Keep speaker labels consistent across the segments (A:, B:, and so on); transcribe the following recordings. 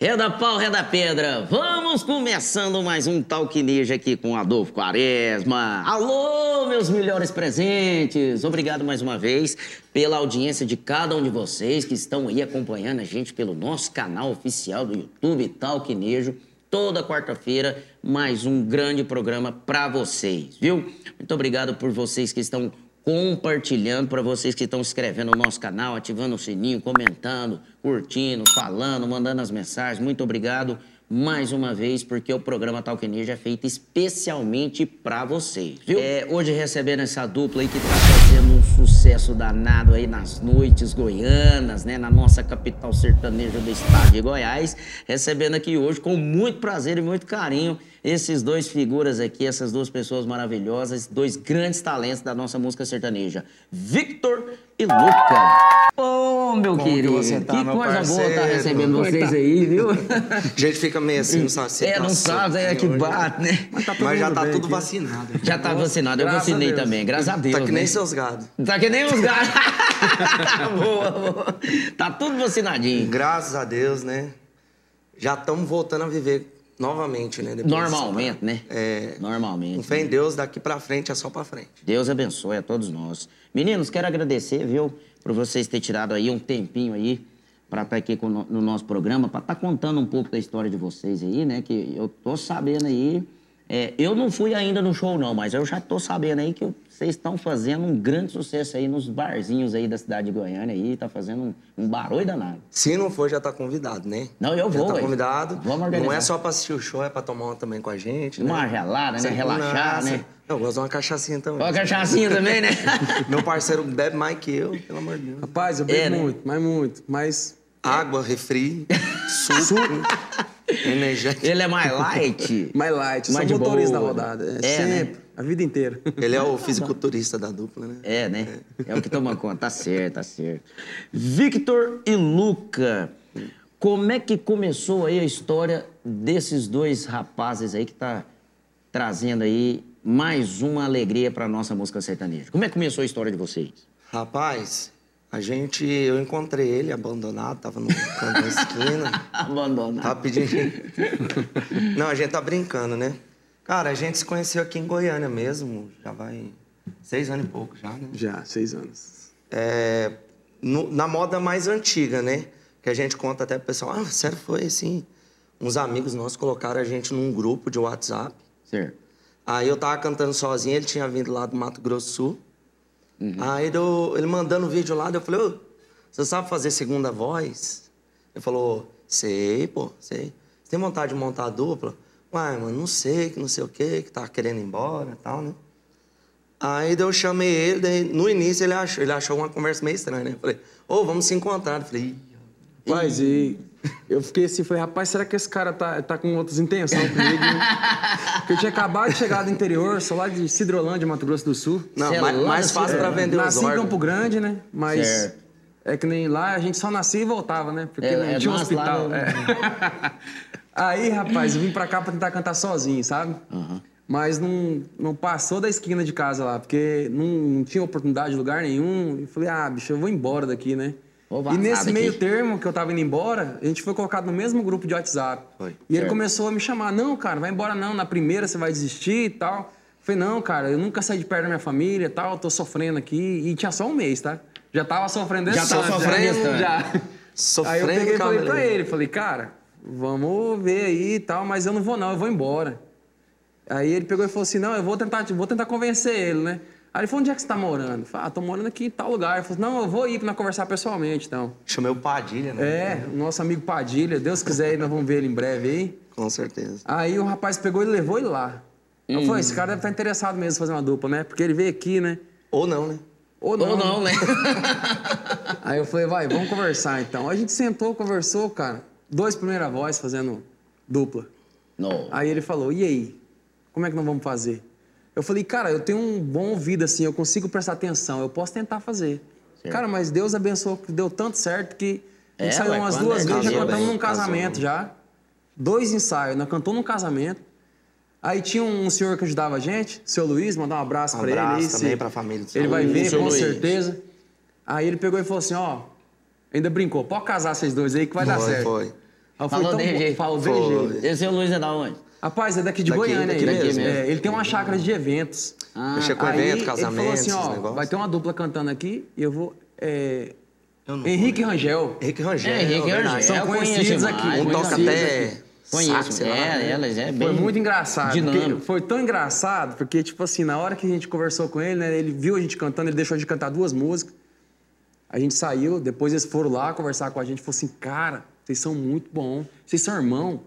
A: Reda Pau, Reda Pedra, vamos começando mais um Talk Ninja aqui com Adolfo Quaresma. Alô, meus melhores presentes! Obrigado mais uma vez pela audiência de cada um de vocês que estão aí acompanhando a gente pelo nosso canal oficial do YouTube Talk Nejo. Toda quarta-feira, mais um grande programa para vocês, viu? Muito obrigado por vocês que estão compartilhando, para vocês que estão se inscrevendo no nosso canal, ativando o sininho, comentando, curtindo, falando, mandando as mensagens. Muito obrigado mais uma vez, porque o programa Talk Ninja é feito especialmente para vocês, viu? É, hoje recebendo essa dupla aí que tá fazendo um sucesso danado aí nas noites goianas, né? Na nossa capital sertaneja do estado de Goiás. Recebendo aqui hoje, com muito prazer e muito carinho, esses dois figuras aqui, essas duas pessoas maravilhosas, dois grandes talentos da nossa música sertaneja, Victor e Luca. Ô, meu
B: Como que
A: querido,
B: você tá,
A: que
B: meu
A: coisa boa tá
B: parceiro? é
A: recebendo vocês aí, viu?
B: A gente fica meio assim, não sabe se
A: É, não
B: passou.
A: sabe, é que bate, né?
B: Mas já tá tudo vacinado.
A: Já tá vacinado, eu
C: graças
A: vacinei
C: a Deus.
A: também, graças a Deus.
B: Tá que
A: né?
B: nem seus gados.
A: Tá que nem os gatos. boa, boa. Tá tudo vacinadinho.
B: Graças a Deus, né? Já estamos voltando a viver novamente, né? Depois
A: Normalmente, né?
B: É.
A: Normalmente.
B: Com fé em Deus, daqui pra frente é só pra frente.
A: Deus abençoe a todos nós. Meninos, quero agradecer, viu, por vocês terem tirado aí um tempinho aí para estar aqui com no, no nosso programa, para estar contando um pouco da história de vocês aí, né? Que eu tô sabendo aí. é, eu não fui ainda no show, não, mas eu já tô sabendo aí que vocês estão fazendo um grande sucesso aí nos barzinhos aí da cidade de Goiânia aí, tá fazendo um, um barulho danado.
B: Se não for, já tá convidado, né?
A: Não, eu
B: já
A: vou,
B: tá
A: ué.
B: convidado.
A: Vamos
B: Não
A: organizar.
B: é só pra assistir o show, é pra tomar uma também com a gente, né?
A: Uma gelada, né?
B: Você-
A: Relaxar,
B: Nossa.
A: né?
B: Eu gosto de uma cachaçinha também.
A: Ó, a cachaçinha também, né?
B: Meu parceiro bebe mais que eu, pelo amor de Deus.
C: Rapaz, eu
A: É,
C: bebo
A: né?
C: muito, mas muito. Mas
B: Água, refri, suco, energético.
A: Ele é mais light.
C: mais light,
A: Mais de
C: sou motorista
A: boa.
C: da rodada. É,
A: É, né?
C: sempre, a vida inteira.
B: Ele é o fisiculturista da dupla, né?
A: É, né? É o que toma conta. Tá certo, tá certo. Victor e Luca, como é que começou aí a história desses dois rapazes aí que tá trazendo aí mais uma alegria pra nossa música sertaneja? Como é que começou a história de vocês?
B: Rapaz, a gente. Eu encontrei ele abandonado, tava no canto da esquina.
A: Abandonar.
B: Tava pedindo. Não, a gente tá brincando, né? Cara, a gente se conheceu aqui em Goiânia mesmo, já vai seis anos e pouco já, né?
C: Já, seis anos.
B: É, no- na moda mais antiga, né? Que a gente conta até pro pessoal, ah, sério, foi assim. Uns amigos nossos colocaram a gente num grupo de WhatsApp.
A: Certo.
B: Aí eu tava cantando sozinho, ele tinha vindo lá do Mato Grosso do Sul.
C: Uhum.
B: Aí do- ele mandando o vídeo lá, daí eu falei, ô, você sabe fazer segunda voz? Ele falou, sei, pô, sei. Você tem vontade de montar a dupla? Uai, mano, não sei, que não sei o quê, que tá querendo ir embora e tal, né? Aí daí eu chamei ele, daí no início ele achou, ele achou uma conversa meio estranha, né? Eu falei, ô, vamos se encontrar. Eu falei, "Ih,
C: Rapaz, e eu fiquei assim, falei, rapaz, será que esse cara tá, tá com outras intenções comigo? né? Porque eu tinha acabado de chegar do interior, sou lá de Cidrolândia, Mato Grosso do Sul.
B: não,
A: Sei
B: mais,
A: lá,
B: mais
A: assim,
B: fácil pra
A: é,
B: vender os
C: nasci em
B: órgãos.
C: Campo Grande, né? Mas
A: Certo.
C: é que nem lá, a gente só nascia e voltava, né? Porque
A: É,
C: não
A: é,
C: tinha um
A: nós lá
C: hospital.
A: não-
C: é. Aí, rapaz, eu vim pra cá pra tentar cantar sozinho, sabe? Mas não, não passou da esquina de casa lá, porque não, não tinha oportunidade de lugar nenhum. E falei, ah, bicho, eu vou embora daqui, né?
A: Vou
C: e
A: vazar
C: nesse
A: daqui.
C: meio termo que eu tava indo embora, a gente foi colocado no mesmo grupo de WhatsApp.
B: Foi.
C: E ele
A: Certo.
C: começou a me chamar, não, cara, vai embora não, na primeira você vai desistir e tal. Eu Falei, não, cara, eu nunca saí de perto da minha família e tal, eu tô sofrendo aqui. E tinha só um mês, tá? Já tava sofrendo
A: Já
C: esse
A: tava
C: tanto,
A: sofrendo esse tanto.
C: Já. Aí eu
B: Sofrendo
C: peguei e falei
B: cabelo.
C: pra ele, falei, cara, vamos ver aí e tal, mas eu não vou não, eu vou embora. Aí ele pegou e falou assim, não, eu vou tentar, te- vou tentar convencer ele, né? Aí ele falou, onde é que você tá morando? Eu Falei, ah, tô morando aqui em tal lugar. Ele falou, não, eu vou ir pra nós conversar pessoalmente, então.
B: Chamei o Padilha, né?
C: É, o nosso amigo Padilha, Deus quiser, nós vamos ver ele em breve aí.
B: Com certeza.
C: Aí o rapaz pegou e levou ele lá. Eu falei, esse cara deve estar interessado mesmo em fazer uma dupla, né? Porque ele veio aqui, né?
B: Ou não, né?
C: Ou não.
A: Ou não, né?
C: Aí eu falei, vai, vamos conversar então. A gente sentou, conversou, cara. Dois primeira voz fazendo dupla.
A: Não.
C: Aí ele falou, e aí? Como é que nós vamos fazer? Eu falei, cara, eu tenho um bom ouvido assim, eu consigo prestar atenção, eu posso tentar fazer.
A: Certo.
C: Cara, mas Deus abençoou que deu tanto certo que a gente
A: É,
C: saiu
A: ué,
C: umas
A: quando
C: duas
A: é
C: vezes, já
B: casou,
C: cantamos
B: né?
C: num casamento
B: Casou.
C: já. Dois ensaios, nós cantamos num casamento. Aí tinha um senhor que ajudava a gente, seu Luiz, mandar um abraço,
B: Um
C: pra ele.
B: abraço
C: aí, se-
B: também pra família do seu
C: Ele vai
B: Luiz.
C: ver,
A: Seu
C: com
A: Luiz.
C: certeza. Aí ele pegou e falou assim, ó, ainda brincou, pode casar vocês dois aí que vai dar
B: Foi,
C: certo.
B: foi.
C: Aí eu
A: Falou
C: falei,
A: desse
C: então,
A: jeito.
C: falou desse
B: Foi.
C: jeito.
A: Esse é o Luiz é da onde?
C: Rapaz, é daqui de
B: Daqui-
C: Goiânia
B: daqui
C: ele.
B: mesmo?
C: É, ele tem uma chácara de eventos.
A: Ah,
B: Mexer com
C: Aí
B: evento, casamento,
C: ele
B: esses
C: falou assim, ó,
B: negócios.
C: vai ter uma dupla cantando aqui e eu vou... é,
B: Eu não né?
C: Henrique Rangel.
B: Henrique Rangel.
A: É, Henrique
B: verdade.
A: Rangel.
C: São
A: eu conheço
C: conhecidos
A: demais,
C: aqui,
B: Um
A: conheço
B: toca
A: demais.
B: até. sax,
A: Conheço,
B: sei lá,
A: é,
B: né?
A: elas é bem
C: Foi muito engraçado.
A: Dinâmico.
C: porque Foi tão engraçado, porque, tipo assim, na hora que a gente conversou com ele, né, ele viu a gente cantando, ele deixou de cantar duas músicas. A gente saiu, depois eles foram lá conversar com a gente, falou assim, cara, vocês são muito bom, vocês são irmão.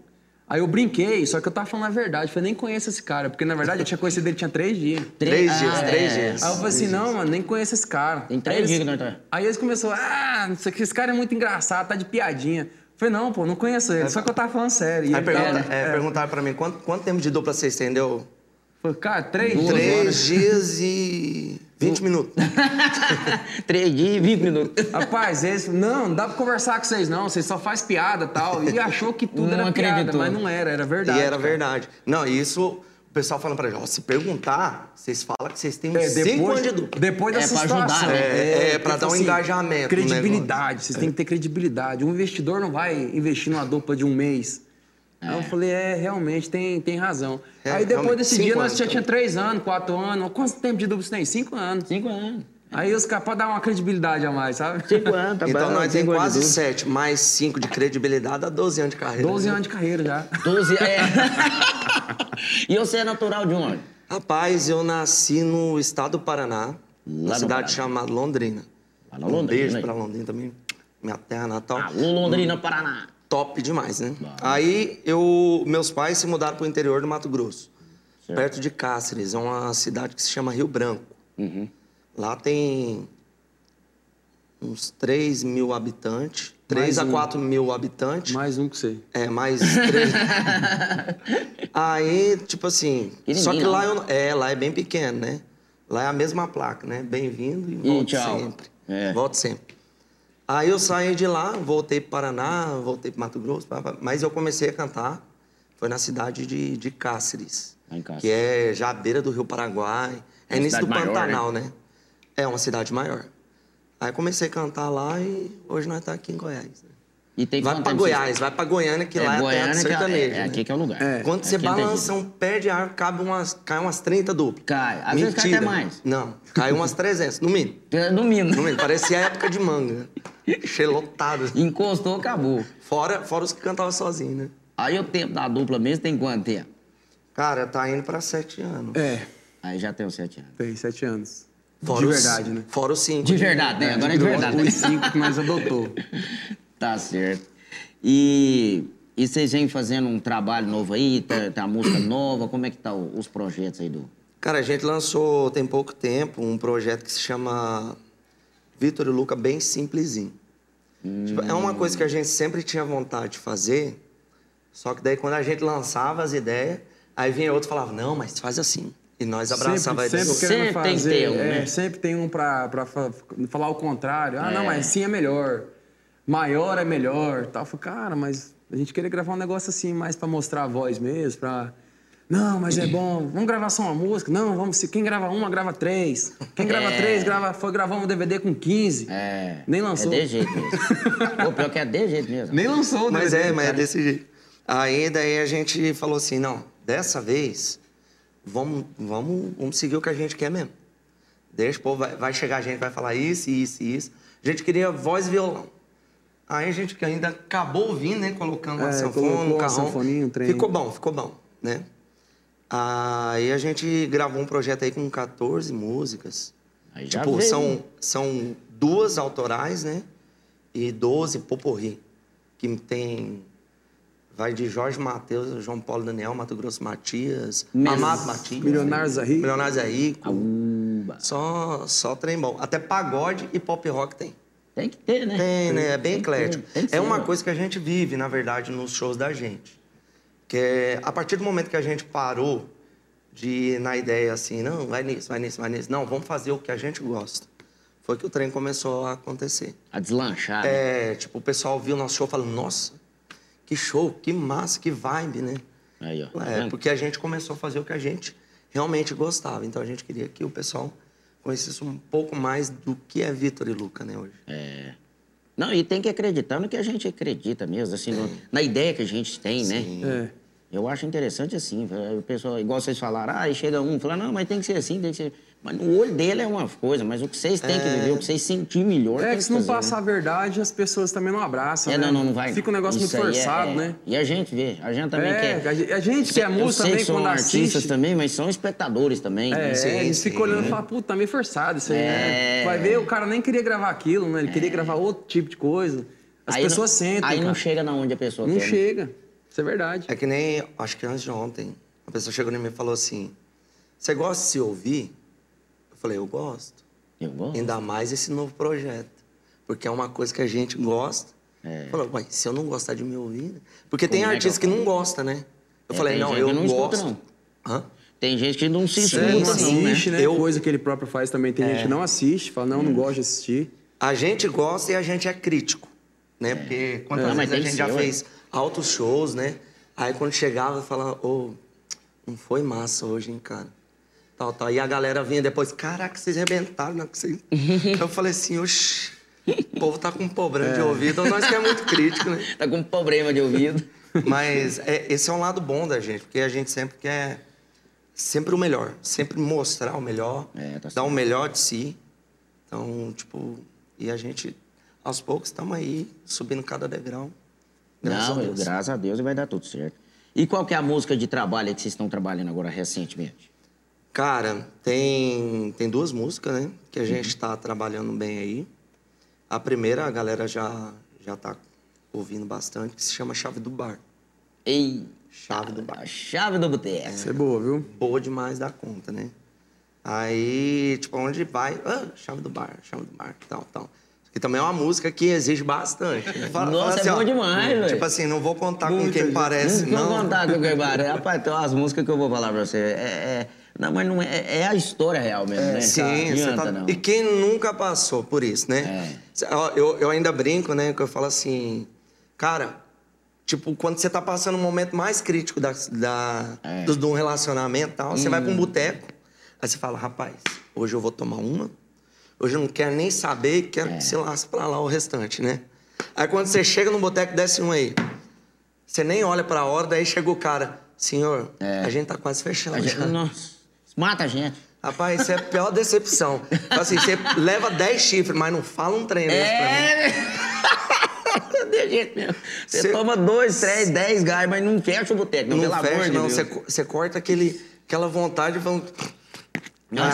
C: Aí eu brinquei, só que eu tava falando a verdade, eu falei, nem conheço esse cara, porque na verdade eu tinha conhecido ele tinha três dias.
B: Três dias,
A: Ah,
B: três
A: é.
B: dias.
C: Aí eu falei assim, não, mano, nem conheço esse cara.
A: Tem três
C: Aí eles-
A: dias que nós tá-
C: Aí eles começaram, ah, não sei o que, esse cara é muito engraçado, tá de piadinha. Eu falei, não, pô, não conheço ele, só que eu tava falando sério. E
B: Aí
C: ele tava-
B: pergunta, é, perguntaram pra mim, quanto, quanto tempo de dupla você estendeu?
C: Falei, cara, três dias.
B: Três dias e... 20 minutos.
A: Três dias e vinte minutos.
C: Rapaz, eles não, não dá pra conversar com vocês, não. Vocês só faz piada e tal. E achou que tudo
A: Não
C: era piada,
A: acreditou.
C: mas não era, era verdade.
B: E era
C: cara.
B: verdade. Não, e isso o pessoal falando pra gente, ó, se perguntar, vocês falam que vocês têm uns
C: É, depois,
B: cinco anos de dupla.
C: depois
A: É
C: dessa
A: pra ajudar,
C: situação.
A: né?
B: É, é, pra
C: porque, tipo assim,
B: dar um engajamento no
C: Credibilidade, vocês têm que ter credibilidade. Um investidor não vai investir numa dupla de um mês. Aí eu falei, é, realmente, tem, tem razão.
B: É,
C: Aí depois
B: realmente,
C: desse
B: cinco
C: dia, nós
B: anos, então.
C: já
B: cara.
C: tinha três anos, quatro anos. Quanto tempo de dupla você tem? Cinco anos.
A: Cinco anos.
C: Aí os caras, pra dar uma credibilidade a mais, sabe?
A: Cinco anos, tá
B: Então
A: bom.
B: nós temos
A: cinco anos de
B: quase
A: dúvida.
B: sete, mais cinco de credibilidade, dá 12 anos de carreira.
C: 12 anos de carreira já.
A: 12 é. e você é natural de onde?
B: Rapaz, eu nasci no estado do
A: Lá
B: Paraná, numa
A: no Paraná.
B: cidade chamada Londrina.
A: Lá na
B: um
A: Londrina,
B: beijo
A: né?
B: pra Londrina também, minha terra natal.
A: Alô, Ah, Londrina,
B: Hum.
A: Paraná.
B: Top demais, né? Aí eu, meus pais se mudaram pro interior do Mato Grosso, perto de Cáceres, é uma cidade que se chama Rio Branco.
A: Uhum.
B: Lá tem uns 3 mil habitantes, 3 a
C: um.
B: 4 mil habitantes.
C: Mais um que você.
B: É, mais três. Aí, tipo assim.
A: Que
B: só que
A: menino,
B: lá,
A: né?
B: eu não- é, lá é bem pequeno, né? Lá é a mesma placa, né? Bem-vindo e
A: Ih,
B: volte
A: tchau.
B: sempre.
A: É.
B: Volte sempre. Aí eu saí de lá, voltei para Paraná, voltei para Mato Grosso, pá, pá. mas eu comecei a cantar. Foi na cidade de, de Cáceres,
A: Lá em Cáceres.
B: que é já à beira do Rio Paraguai. É início
A: cidade
B: do
A: maior, né?
B: Pantanal, né? É uma cidade maior. Aí comecei a cantar lá e hoje nós estamos aqui em Goiás. né?
A: E tem
B: Vai
A: quanto
B: pra
A: tempo você-
B: Goiás, vai pra Goiânia, que
A: É,
B: lá é a terra
A: Goiânia que
B: do
A: é, é,
B: sertanejo.
A: é aqui
B: né?
A: que é o lugar.
B: Quando você
A: Aqui não tem
B: balança
A: jeito.
B: um pé de ar, cabe umas, cai umas 30 duplas.
A: Cai. Às vezes cai até mais.
B: Não, cai umas 300, no mínimo.
A: É, No mínimo.
B: No mínimo, parecia a época de manga. Chelotado.
A: Encostou, acabou.
B: Fora, fora os que cantavam sozinho, né?
A: Aí o tempo da dupla mesmo tem quanto tempo?
B: Cara, tá indo pra 7 anos.
C: É,
A: Aí já tem os sete anos.
C: tem sete anos.
B: Fora
C: de
B: os-
C: verdade, né?
B: Fora os 5.
A: De verdade, né? Agora é de verdade. né?
C: Os cinco que nós adotou.
A: Tá certo. E, e vocês vêm fazendo um trabalho novo aí? Tá, tá música nova? Como é que tá o- os projetos aí do...
B: Cara, a gente lançou tem pouco tempo um projeto que se chama Vitor e Luca Bem Simplesinho. Tipo, é uma coisa que a gente sempre tinha vontade de fazer, só que daí quando a gente lançava as ideias, aí vinha outro e falava, não, mas faz assim. E nós abraçava a
C: Sempre,
B: ideia.
C: sempre
A: Sempre
C: querendo
A: tem que
C: fazer.
A: ter um,
C: é,
A: né?
C: Sempre tem um pra, pra fa- falar o contrário. Ah, não,
A: É.
C: mas sim é melhor. Maior é melhor. Tal. Eu falei, cara, mas a gente queria gravar um negócio assim, mais pra mostrar a voz mesmo, pra. Não, mas é bom. Vamos gravar só uma música? Não, vamos. se- Quem grava uma, grava três. Quem grava
A: É.
C: três, grava, foi gravar um DVD com 15.
A: É...
C: Nem lançou.
A: É de jeito mesmo. Pô, pior que é de jeito mesmo.
C: Nem lançou, né?
B: Mas é, mas é desse jeito. Aí daí a gente falou assim, não, dessa vez vamos, vamos, vamos seguir o que a gente quer mesmo. Deixa, o povo vai, vai chegar a gente, vai falar isso, isso, isso. A gente queria voz e violão. Aí a gente que ainda acabou ouvindo, né? Colocando uma
C: É,
B: sanfona,
C: colocou
B: um
C: uma
B: carrão.
C: sanfoninha, um trem.
B: Ficou bom, ficou bom, né? Aí a gente gravou um projeto aí com 14 músicas.
A: Aí já
B: Tipo,
A: veio.
B: são, são duas autorais, né? E 12 poporri. Que tem. Vai de Jorge Matheus, João Paulo Daniel, Mato Grosso Matias,
A: Mes-
B: Amado Matias.
C: Milionários a Rico.
B: Milionários a Rico.
A: Uba.
B: Só, só trem bom. Até pagode e pop rock tem.
A: Tem que ter, né?
B: Tem, né? É bem
A: que ter,
B: eclético.
A: tem que
B: É
A: ser,
B: uma
A: ué.
B: coisa que a gente vive, na verdade, nos shows da gente. Que é, a partir do momento que a gente parou de ir na ideia assim, não, vai nisso, vai nisso, vai nisso. Não, vamos fazer o que a gente gosta. Foi que o trem começou a acontecer.
A: A deslanchar. né?
B: É, tipo, o pessoal viu o nosso show e falou, nossa, que show, que massa, que vibe, né?
A: Aí, ó. tá
B: É,
A: vendo?
B: porque a gente começou a fazer o que a gente realmente gostava. Então a gente queria que o pessoal conhecesse um pouco mais do que é Vitor e Luca, né, hoje.
A: É. Não, e tem que acreditar no que a gente acredita mesmo, assim,
B: É.
A: no- na ideia que a gente tem, né?
C: É.
A: Eu acho interessante assim, velho, o pessoal, igual vocês falaram, ah, aí chega um e fala, não, mas tem que ser assim, tem que ser. Mas o olho dele é uma coisa, mas o que vocês têm que
B: É.
A: viver, o que vocês sentir melhor.
C: É
A: tem
C: que se não
A: fazer, né?
C: passar a verdade, as pessoas também não abraçam.
A: É,
C: né?
A: não, não, não vai.
C: Fica um negócio
A: Isso
C: muito
A: aí é-
C: forçado,
A: é.
C: né?
A: E a gente vê, a gente também
C: É,
A: quer.
C: a gente- a gente que é
A: Eu
C: músico
A: sei
C: também,
A: que são
C: quando
A: artistas
C: assiste-
A: também, mas são espectadores também.
C: É,
B: Sim,
C: eles
B: sim.
C: ficam olhando e falam, puta, tá meio forçado isso aí. né?
A: É.
C: Vai ver, o cara nem queria gravar aquilo, né? Ele queria gravar outro tipo de coisa. As
A: Aí
C: pessoas
A: não,
C: sentem,
A: Aí não
C: cara.
A: chega na onde a pessoa
C: Não
A: quer. né?
C: chega. Isso é verdade.
B: É que nem, acho que antes de ontem, uma pessoa chegou em mim e falou assim: Você gosta de se ouvir? Eu falei: Eu gosto.
A: Eu gosto.
B: Ainda mais esse novo projeto. Porque é uma coisa que a gente gosta.
A: É.
B: Falou, uai, se eu não gostar de me ouvir. né?" Porque tem
A: Como é que
B: artista que
A: eu
B: não gosta, né? Eu
A: É,
B: falei,
A: tem
B: não,
A: gente
B: eu
A: que não escuta,
B: gosto. Hã?
A: Tem gente que não se
B: Sim,
A: escuta,
C: É, não
A: não,
B: sim.
A: né?
C: assiste, né?
B: Eu-
C: Coisa que ele próprio faz também. Tem gente que não assiste, fala, não, não gosto de assistir.
B: A gente gosta e a gente é crítico, né? Porque quantas
A: Não, É. Ah, mas
B: vezes a
A: tem
B: gente
A: que
B: já
A: ser, ué.
B: fez altos shows, né? Aí quando chegava, falava, ô, não foi massa hoje, hein, cara? Tal, tal. E a galera vinha depois, caraca, vocês arrebentaram, né? Que vocês-" Eu falei assim, oxi, o povo tá com um problema de ouvido, nós que é muito crítico, né?
A: Tá com problema de ouvido.
B: Mas é, esse é um lado bom da gente, porque a gente sempre quer sempre o melhor, sempre mostrar o melhor,
A: É, tá
B: dar o melhor de si. Então, tipo, e a gente, aos poucos, estamos aí, subindo cada degrau. Graças
A: não,
B: a
A: eu-
B: Deus.
A: graças a Deus vai dar tudo certo. E qual que é a música de trabalho que vocês estão trabalhando agora recentemente?
B: Cara, tem, tem duas músicas, né? Que
A: Uhum.
B: a gente está trabalhando bem aí. A primeira, a galera já, já tá ouvindo bastante, que se chama Chave do Bar.
A: Ei,
B: Chave do Bar.
A: a chave do boteco.
C: Isso é boa, viu?
B: boa demais da conta, né? Aí, tipo, onde vai? Ah, chave do bar, chave do bar, tal, tal. Que também é uma música que exige bastante. né?
A: Nossa, é bom demais, velho.
B: Tipo assim, não vou contar com quem parece,
A: Não vou
B: não.
A: contar com o Guevara. é, Rapaz, tem umas músicas que eu vou falar pra você. É, é- não, mas não é, é a história real mesmo, né? Não
B: Sim, você
A: adianta,
B: tá...
A: não. É.
B: E quem nunca passou por isso, né? Cê- ó, Eu, eu ainda brinco, né? Que eu falo assim, cara, tipo, quando você tá passando um momento mais crítico da, da,
A: É. Hum.
B: do, de um relacionamento e tal, você vai pra um boteco, aí você fala, rapaz, hoje eu vou tomar uma, hoje eu não quero nem saber, quero
A: É.
B: que se lasque pra lá o restante, né? Aí quando você chega no boteco, desce um aí. Você nem olha pra hora, daí chega o cara, senhor, a gente tá quase fechando.
A: É. A gente-
B: já."
A: nossa, mata a gente.
B: Rapaz, isso é a pior decepção. Fala Assim, você leva 10 chifres, mas não fala um trem desse pra
A: É.
B: mim.
A: De jeito mesmo. Você
B: Cê-
A: toma dois, três, dez gás, mas não fecha o boteco, não,
B: Não
A: pelo amor
B: fecha,
A: de
B: não.
A: Deus.
B: Você, co- você corta aquele, aquela vontade de falar. Ah,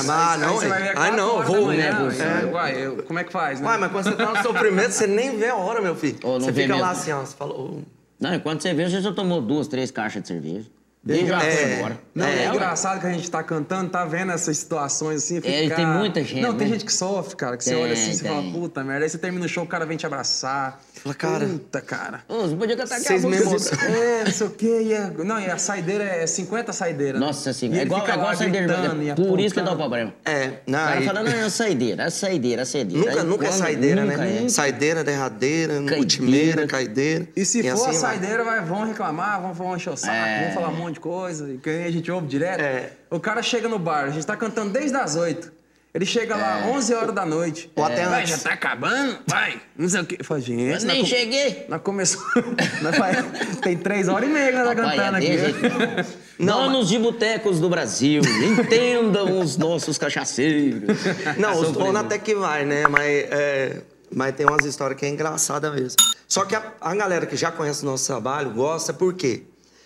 B: mas,
C: Aí-
B: ah,
C: aí
B: não,
C: você vai ver
B: é.
C: a
B: Ah,
C: quatro
B: não,
C: horas
B: vou.
C: da manhã,
B: né?
C: aí, Uai, eu- como é que faz, né?
B: Ué, mas quando você tá no sofrimento, você nem vê a hora, meu filho.
A: Ô, não
B: você
A: vê
B: fica lá
A: mesmo.
B: assim, ó. Você fala. ô.
A: Não, e quando você vê, você já tomou duas, três caixas de cerveja. E já foi
B: É.
A: embora.
C: Não, é,
B: É, ué.
C: engraçado que a gente tá cantando, tá vendo essas situações assim. Fica,
A: É, e tem
C: cara-
A: muita gente,
C: Não, tem
A: né?
C: gente que sofre, cara, que você
A: Tem,
C: olha assim, você
A: tem.
C: fala, puta merda. Aí você termina o show, o cara vem te abraçar.
B: Fala, cara,
C: Puta, cara.
A: Ô, você podia cantar aquela
B: Vocês me
A: música. de-
B: emocionam.
C: É, não sei o quê. E a, não, e a saideira é 50 saideiras.
A: Nossa
C: E
A: senhora, é
C: ele
A: igual,
C: fica
A: é igual
C: lá
A: a saideira.
C: gritando e
A: irmã. Por isso que dá o
C: apontando.
A: problema.
B: É,
A: O
B: não.
A: cara
B: e-
A: fala, não, é saideira, é saideira, é saideira.
B: Nunca,
A: Aí
B: nunca é
A: quando-
B: saideira,
A: nunca
B: né?
A: é.
B: Saideira, derradeira,
A: Caideira.
B: ultimeira, caideira.
C: E se for
B: assim
C: a
B: vai.
C: saideira, vai, vão reclamar, vão, vão encher o saco,
A: É.
C: vão falar um monte de coisa, e que a gente ouve direto.
B: É.
C: O cara chega no bar, a gente tá cantando desde as 8. Ele chega lá
A: É.
C: 11 horas da noite.
B: Ou até
C: Vai,
B: é antes.
C: já tá acabando? Vai! Não sei o que. Fala, gente,
A: Eu
C: nós
A: nem
C: com-
A: cheguei.
B: tá
C: Nós começou. nós faz- Tem três horas e meia que nós tá
A: Rapaz,
C: cantando
A: é
C: aqui.
B: né?
A: desse jeito. Donos de botecos do Brasil, entendam os nossos cachaceiros.
C: é
B: Não, os donos até que vai, né? Mas, é, mas tem umas histórias que é engraçada mesmo. Só que a, a galera que já conhece o nosso trabalho gosta, por quê?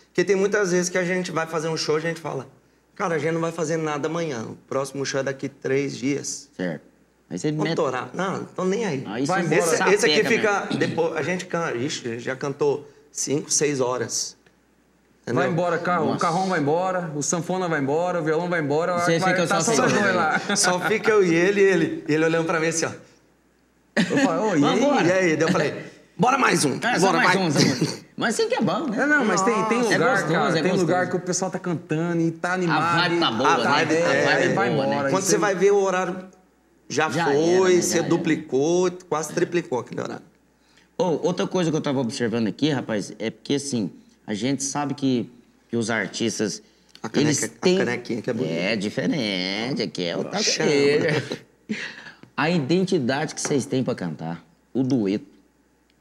B: Porque tem muitas vezes que a gente vai fazer um show e a gente fala, cara, a gente não vai fazer nada amanhã. O próximo show é daqui três dias.
A: Certo. Aí você
B: Vamos
A: mete...
B: torar. Não, não tô nem aí.
A: Aí
C: Vai
A: você
C: embora.
B: Esse, esse aqui
A: sapeca
B: fica. Depois, a gente canta. Ixi, já cantou cinco, seis horas. Entendeu?
C: Vai embora, carro. O
A: Nossa.
C: carrão vai embora, o sanfona vai embora, o violão vai embora,
A: Você
C: a- vai,
A: fica
C: tá
A: só
C: só nós
A: assim.
C: dois lá.
B: Só fica eu e ele e ele. E ele olhando pra mim assim, ó.
C: Eu falo, ô, e aí?
A: Vambora.
B: E aí? Daí eu falei, bora mais um.
A: Ah, só
B: bora
A: mais um, só mais um. Mas sim que é bom, né?
C: É, não, mas tem, tem
A: Nossa, é
C: lugar,
A: gostoso,
C: cara,
A: é
C: tem
A: gostoso.
C: lugar que o pessoal tá cantando e tá animado.
A: vibe
C: e-
A: tá boa,
B: né? A
C: é, é,
B: vibe
C: e vai
A: boa, né?
C: embora.
B: Quando
C: e
B: você vai ver o horário, já,
A: Já
B: foi,
A: era, né? Já
B: você
A: era.
B: duplicou, quase triplicou aquele horário.
A: Ô, outra coisa que eu tava observando aqui, rapaz, é porque assim, a gente sabe que, que os artistas.
B: A caneca-
A: eles
B: a
A: têm...
B: canequinha que é bonita.
A: É diferente, aqui é outra
B: Nossa.
A: coisa. A identidade que vocês têm pra cantar, o dueto.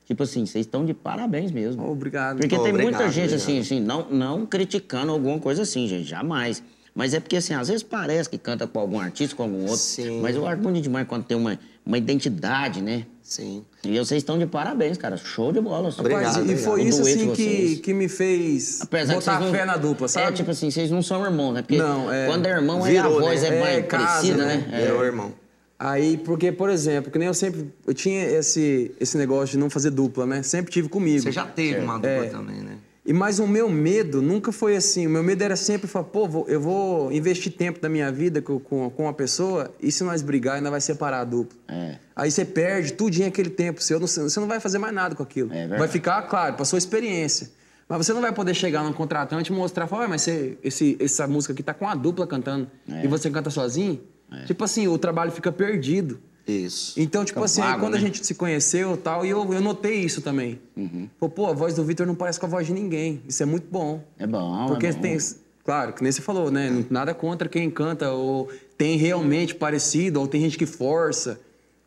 A: Tipo assim, vocês estão de parabéns mesmo.
C: Obrigado.
A: Porque
B: Pô,
A: tem muita
B: obrigado,
A: gente assim,
B: obrigado.
A: assim, não, não criticando alguma coisa assim, gente, jamais. Mas é porque, assim, às vezes parece que canta com algum artista, com algum outro.
B: Sim.
A: Mas eu acho bonito demais quando tem uma, uma identidade, né?
B: Sim.
A: E vocês estão de parabéns, cara. Show de bola. assim.
B: Obrigado,
C: Mas, e
B: obrigado.
C: foi
A: O
C: isso
A: dueto
C: assim
A: de
C: que,
A: vocês.
C: que me fez
A: Apesar que
C: botar
A: vocês não-
C: fé na dupla, sabe?
A: É, tipo assim, vocês não são irmão, né? Porque
C: Não, é.
A: quando é irmão, aí
B: Virou,
A: a voz
B: né?
A: é mais
C: É, casa,
A: parecida,
C: né?
A: né? É.
B: Virou irmão.
C: Aí, porque, por exemplo, que nem eu sempre. Eu tinha esse, esse negócio de não fazer dupla, né? Sempre tive comigo.
B: Você já teve
A: É.
B: uma dupla também, né?
C: E mas o meu medo nunca foi assim. O meu medo era sempre falar, pô, vou- eu vou investir tempo da minha vida co- com, com uma pessoa e se nós brigar ainda vai separar a dupla.
A: É.
C: Aí você perde tudinho aquele tempo seu, não- você não vai fazer mais nada com aquilo.
A: É verdade.
C: vai ficar, claro, pra sua experiência. Mas você não vai poder chegar num contratante e mostrar, falar, "Ué, mas você- esse, essa música aqui tá com a dupla cantando
A: É.
C: e você canta sozinho? Tipo assim, o trabalho fica perdido.
B: Isso.
C: Então, tipo
A: Fica
C: assim, aí
A: vago,
C: quando a
A: né?
C: gente se conheceu e tal, e eu, eu notei isso também.
A: Uhum.
C: Pô, pô, a voz do Vitor não parece com a voz de ninguém. Isso é muito bom.
A: É bom,
C: Porque
A: é bom.
C: tem. Claro, que nem você falou, né? Nada contra quem canta, ou tem realmente parecido, ou tem gente que força.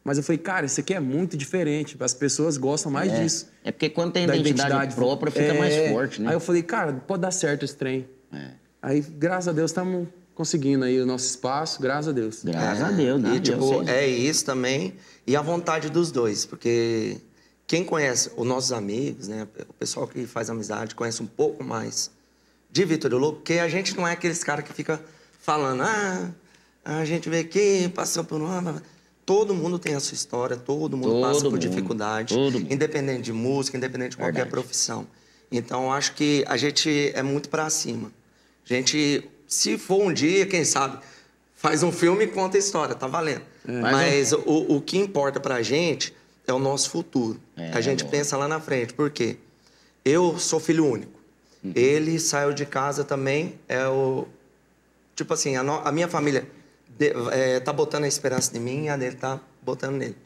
C: Mas eu falei, cara, isso aqui é muito diferente. As pessoas gostam mais
A: É.
C: disso.
A: É porque quando tem
C: da
A: identidade, própria, fica
C: É.
A: mais forte, né?
C: Aí eu falei, cara, pode dar certo esse trem.
A: É.
C: Aí, graças a Deus, estamos conseguindo aí o nosso espaço, graças a Deus.
A: Graças a Deus, né?
B: E, tipo, é isso também. E a vontade dos dois, porque quem conhece os nossos amigos, né? O pessoal que faz amizade conhece um pouco mais de Vitor e Lobo, porque a gente não é aqueles caras que fica falando, ah, a gente veio aqui, passou por uma. Todo mundo tem a sua história, todo mundo
A: Todo
B: passa por
A: mundo,
B: dificuldade,
A: todo mundo.
B: independente de música, independente de qualquer
A: Verdade.
B: profissão. Então, acho que a gente é muito pra cima. A gente, se for um dia, quem sabe, faz um filme e conta a história, tá valendo. Mas o, o que importa pra gente é o nosso futuro.
A: É,
B: a gente
A: boa.
B: pensa lá na frente. Por quê? Eu sou filho único. Ele saiu de casa também, é o... Tipo assim, a, no- a minha família de, é, tá botando a esperança em mim, a dele tá botando nele.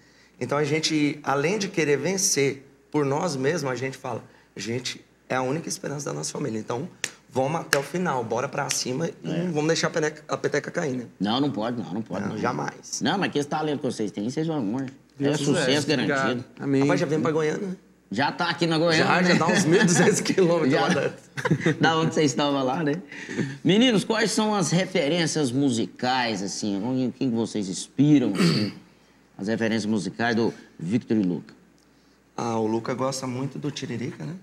B: Então a gente, além de querer vencer por nós mesmos, a gente fala, gente, é a única esperança da nossa família. Então vamos até o final, bora pra cima e não vamos deixar a peteca, a peteca cair, né?
A: Não, não pode, não, não pode.
B: Não,
A: não.
B: jamais.
A: Não, mas que esse talento que vocês têm, vocês vão longe. É
C: Deus
A: sucesso
C: quiser.
A: garantido.
C: Obrigado. Amém.
B: Rapaz, já vem pra Goiânia, né?
A: Já tá aqui na Goiânia.
B: Já, já
A: né?
B: dá uns 1.200 quilômetros.
A: Já.
B: lá dentro.
A: da onde vocês estavam lá, né? Meninos, quais são as referências musicais, assim? Onde- Quem que vocês inspiram, assim? As referências musicais do Victor e Luca.
B: Ah, o Luca gosta muito do Tiririca, né?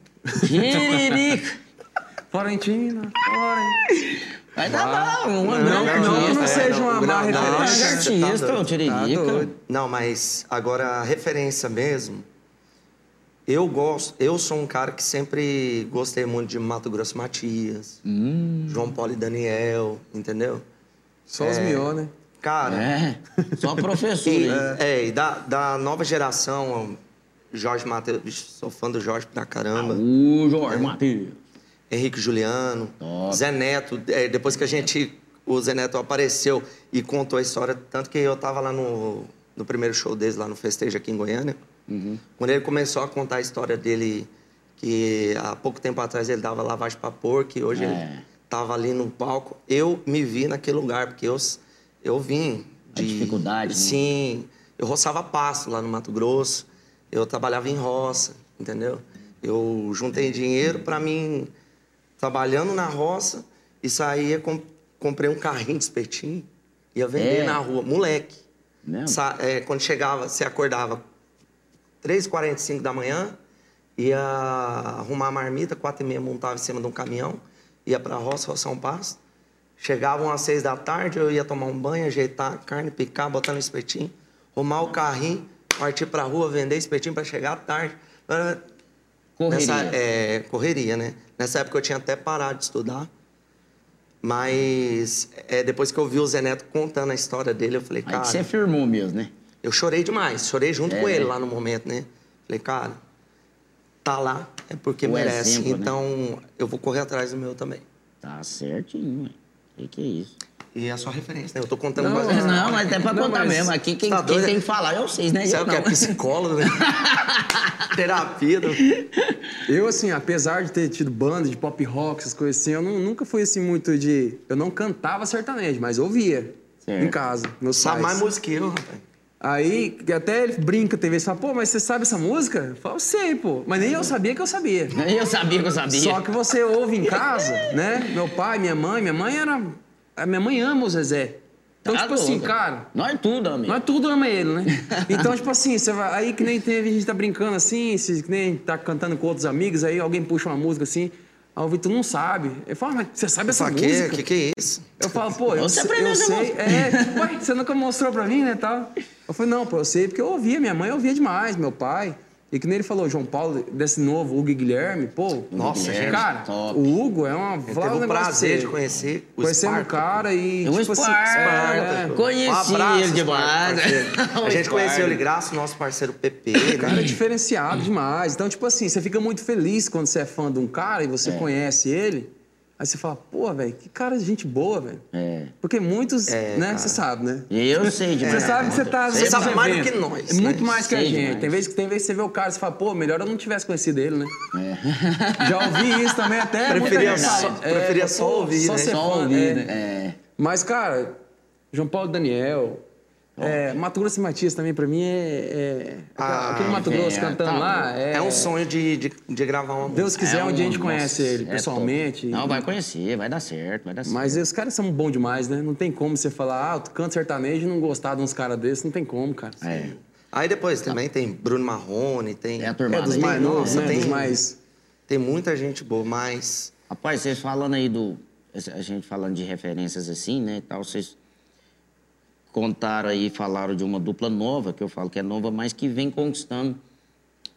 A: Tiririca!
C: Florentina, Florentina.
A: Vai dar bom, uma
C: Não,
A: grande
C: não, não,
A: artista.
C: não seja uma má
A: Uma
B: não,
A: grande
B: você
C: referência.
B: tá
A: artista,
B: doido.
A: o Tiririca.
C: Tá doido.
B: Não, mas agora a referência mesmo. Eu gosto, eu sou um cara que sempre gostei muito de Mato Grosso Matias, João Paulo e Daniel, entendeu?
C: Só os mió, né?
B: Cara,
A: é, só professor.
B: e,
A: hein?
B: é, e da, da nova geração, Jorge Matheus, bicho, sou fã do Jorge pra caramba.
A: O Jorge Matheus.
B: Henrique Juliano,
A: Top.
B: Zé Neto, é, depois que a gente. O Zé Neto apareceu e contou a história, tanto que eu tava lá no, no primeiro show deles, lá no festejo aqui em Goiânia.
A: Uhum.
B: Quando ele começou a contar a história dele, que há pouco tempo atrás ele dava lavagem pra porco, e hoje
A: É.
B: ele tava ali no palco, eu me vi naquele lugar, porque eu, s- eu vim
A: A
B: de.
A: dificuldade, né?
B: Sim, eu roçava pasto lá no Mato Grosso, eu trabalhava em roça, entendeu? Eu juntei dinheiro pra mim trabalhando na roça e saía, com- comprei um carrinho de espetinho, ia vender
A: É.
B: na rua, moleque.
A: Mesmo?
B: Sa- é, quando chegava, você acordava 3h45 da manhã, ia arrumar a marmita, 4h30 montava em cima de um caminhão, ia pra roça, roçar um pasto. Chegavam às 6 da tarde, eu ia tomar um banho, ajeitar a carne, picar, botar no espetinho, arrumar o carrinho, partir pra rua, vender espetinho pra chegar à tarde.
A: Correria.
B: Nessa, é, correria, né? Nessa época eu tinha até parado de estudar. Mas é, depois que eu vi o Zé Neto contando a história dele, eu falei,
A: Aí
B: cara.
A: que você firmou mesmo, né?
B: Eu chorei demais, chorei junto
A: É,
B: com ele
A: né?
B: lá no momento, né? Falei, cara, tá lá, é porque
A: O
B: merece.
A: exemplo, né?
B: então eu vou correr atrás do meu também.
A: Tá certinho, ué. Que que é isso?
B: E é a sua referência, né? Eu tô contando
C: Não,
B: bastante.
C: Ah,
A: Não, mas é pra
C: não,
A: contar
C: mas
A: mesmo. Aqui quem,
B: tá
A: quem
B: doido?
A: tem que falar é vocês, né? Eu
B: Sabe o que é
A: não.
B: psicólogo, né? Terapia. do-
C: Eu, assim, apesar de ter tido banda de pop rock, essas coisas assim, eu nu- nunca fui assim muito de. Eu não cantava sertanejo, mas ouvia.
A: Certo.
C: Em casa, meus
B: Sabe
C: pais.
B: mais música que eu, rapaz.
C: Aí que até ele brinca, teve vezes fala, pô, mas você sabe essa música? Eu falo, sei, pô. Mas nem eu sabia que eu sabia.
A: Eu sabia que eu sabia.
C: Só que você ouve em casa, né? Meu pai, minha mãe, minha mãe era. A minha mãe ama o Zezé. Então,
A: Tá
C: tipo assim,
A: louco.
C: cara,
A: Nós tudo, amigo.
C: nós tudo ama ele, né? Então, tipo assim, você vai. Aí que nem teve, a gente tá brincando assim, se- que nem tá cantando com outros amigos, aí alguém puxa uma música assim, aí o Vitor não sabe. Ele fala, mas você sabe essa
B: Pra
C: música?
B: quê? Que que é isso?
C: Eu falo, pô, eu,
A: Você
C: se-
A: aprendeu
C: eu
A: essa
C: sei.
A: música.
C: É, tipo, ué, você nunca mostrou pra mim, né, tal. Eu falei, não, pô, eu sei, porque eu ouvia, minha mãe ouvia demais, meu pai. E que nem ele falou, João Paulo, desse novo, Hugo e Guilherme, pô.
B: Nossa,
A: Guilherme,
C: cara,
A: top.
C: o Hugo é uma...
B: Eu
C: fala um
B: teve o
C: negócio pra
B: prazer
C: você.
B: de conhecer um o
C: Conhecemos o
B: Sparta.
C: cara e,
A: É um
C: tipo assim...
A: Sparta.
C: é,
A: Conheci
B: Um abraço,
A: ele demais.
B: Sparta, parceiro.
A: Um
B: A gente conheceu
A: Sparta.
B: ele graças ao nosso parceiro PP,
C: cara é
B: né?
C: diferenciado demais. Então, tipo assim, você fica muito feliz quando você é fã de um cara e você
A: É.
C: conhece ele. Aí você fala, pô, velho, que cara de gente boa, velho.
A: É.
C: Porque muitos,
B: É,
C: né,
B: cara.
C: você sabe, né?
A: Eu sei demais.
C: Você sabe que você tá.
A: Sei
B: É, Você sabe
A: demais.
B: mais do que nós,
C: É muito
B: né?
C: mais que a
A: Sei
C: gente.
A: demais.
C: Tem vezes que tem vezes que você vê o cara e você fala, pô, melhor eu não tivesse conhecido ele, né? Já ouvi isso também até. muita
B: É. Preferia
C: gente
B: só-
C: fala,
B: preferia
C: pô,
B: só ouvir, né?
C: ser
A: Só
C: fã,
A: ouvir,
C: é.
A: né?
C: Mas, cara, João Paulo Daniel. É, Mato Grosso e Matias também, pra mim, é. é
B: Ah,
C: aquele Mato
A: velho,
C: Grosso cantando
A: tá
C: lá. É,
B: É um sonho de, de, de gravar uma música.
C: Deus quiser, um, dia a gente
A: nossa,
C: conhece ele
A: é
C: pessoalmente.
A: top. Não, vai conhecer, vai dar certo, vai dar certo.
C: Mas os caras são bons demais, né? Não tem como você falar, ah, eu canto sertanejo e não gostar de uns caras desses, não tem como, cara.
A: É.
B: Aí depois também tem Bruno Marrone, tem...
A: É a turma.
C: É, dos
A: Tem-
C: mais novos,
B: nossa,
C: né?
B: tem-
C: Dos mais...
B: Tem muita gente boa, mas...
A: Rapaz, vocês falando aí do. A gente falando de referências assim, né? e Tal, vocês contaram aí, falaram de uma dupla nova, que eu falo que é nova, mas que vem conquistando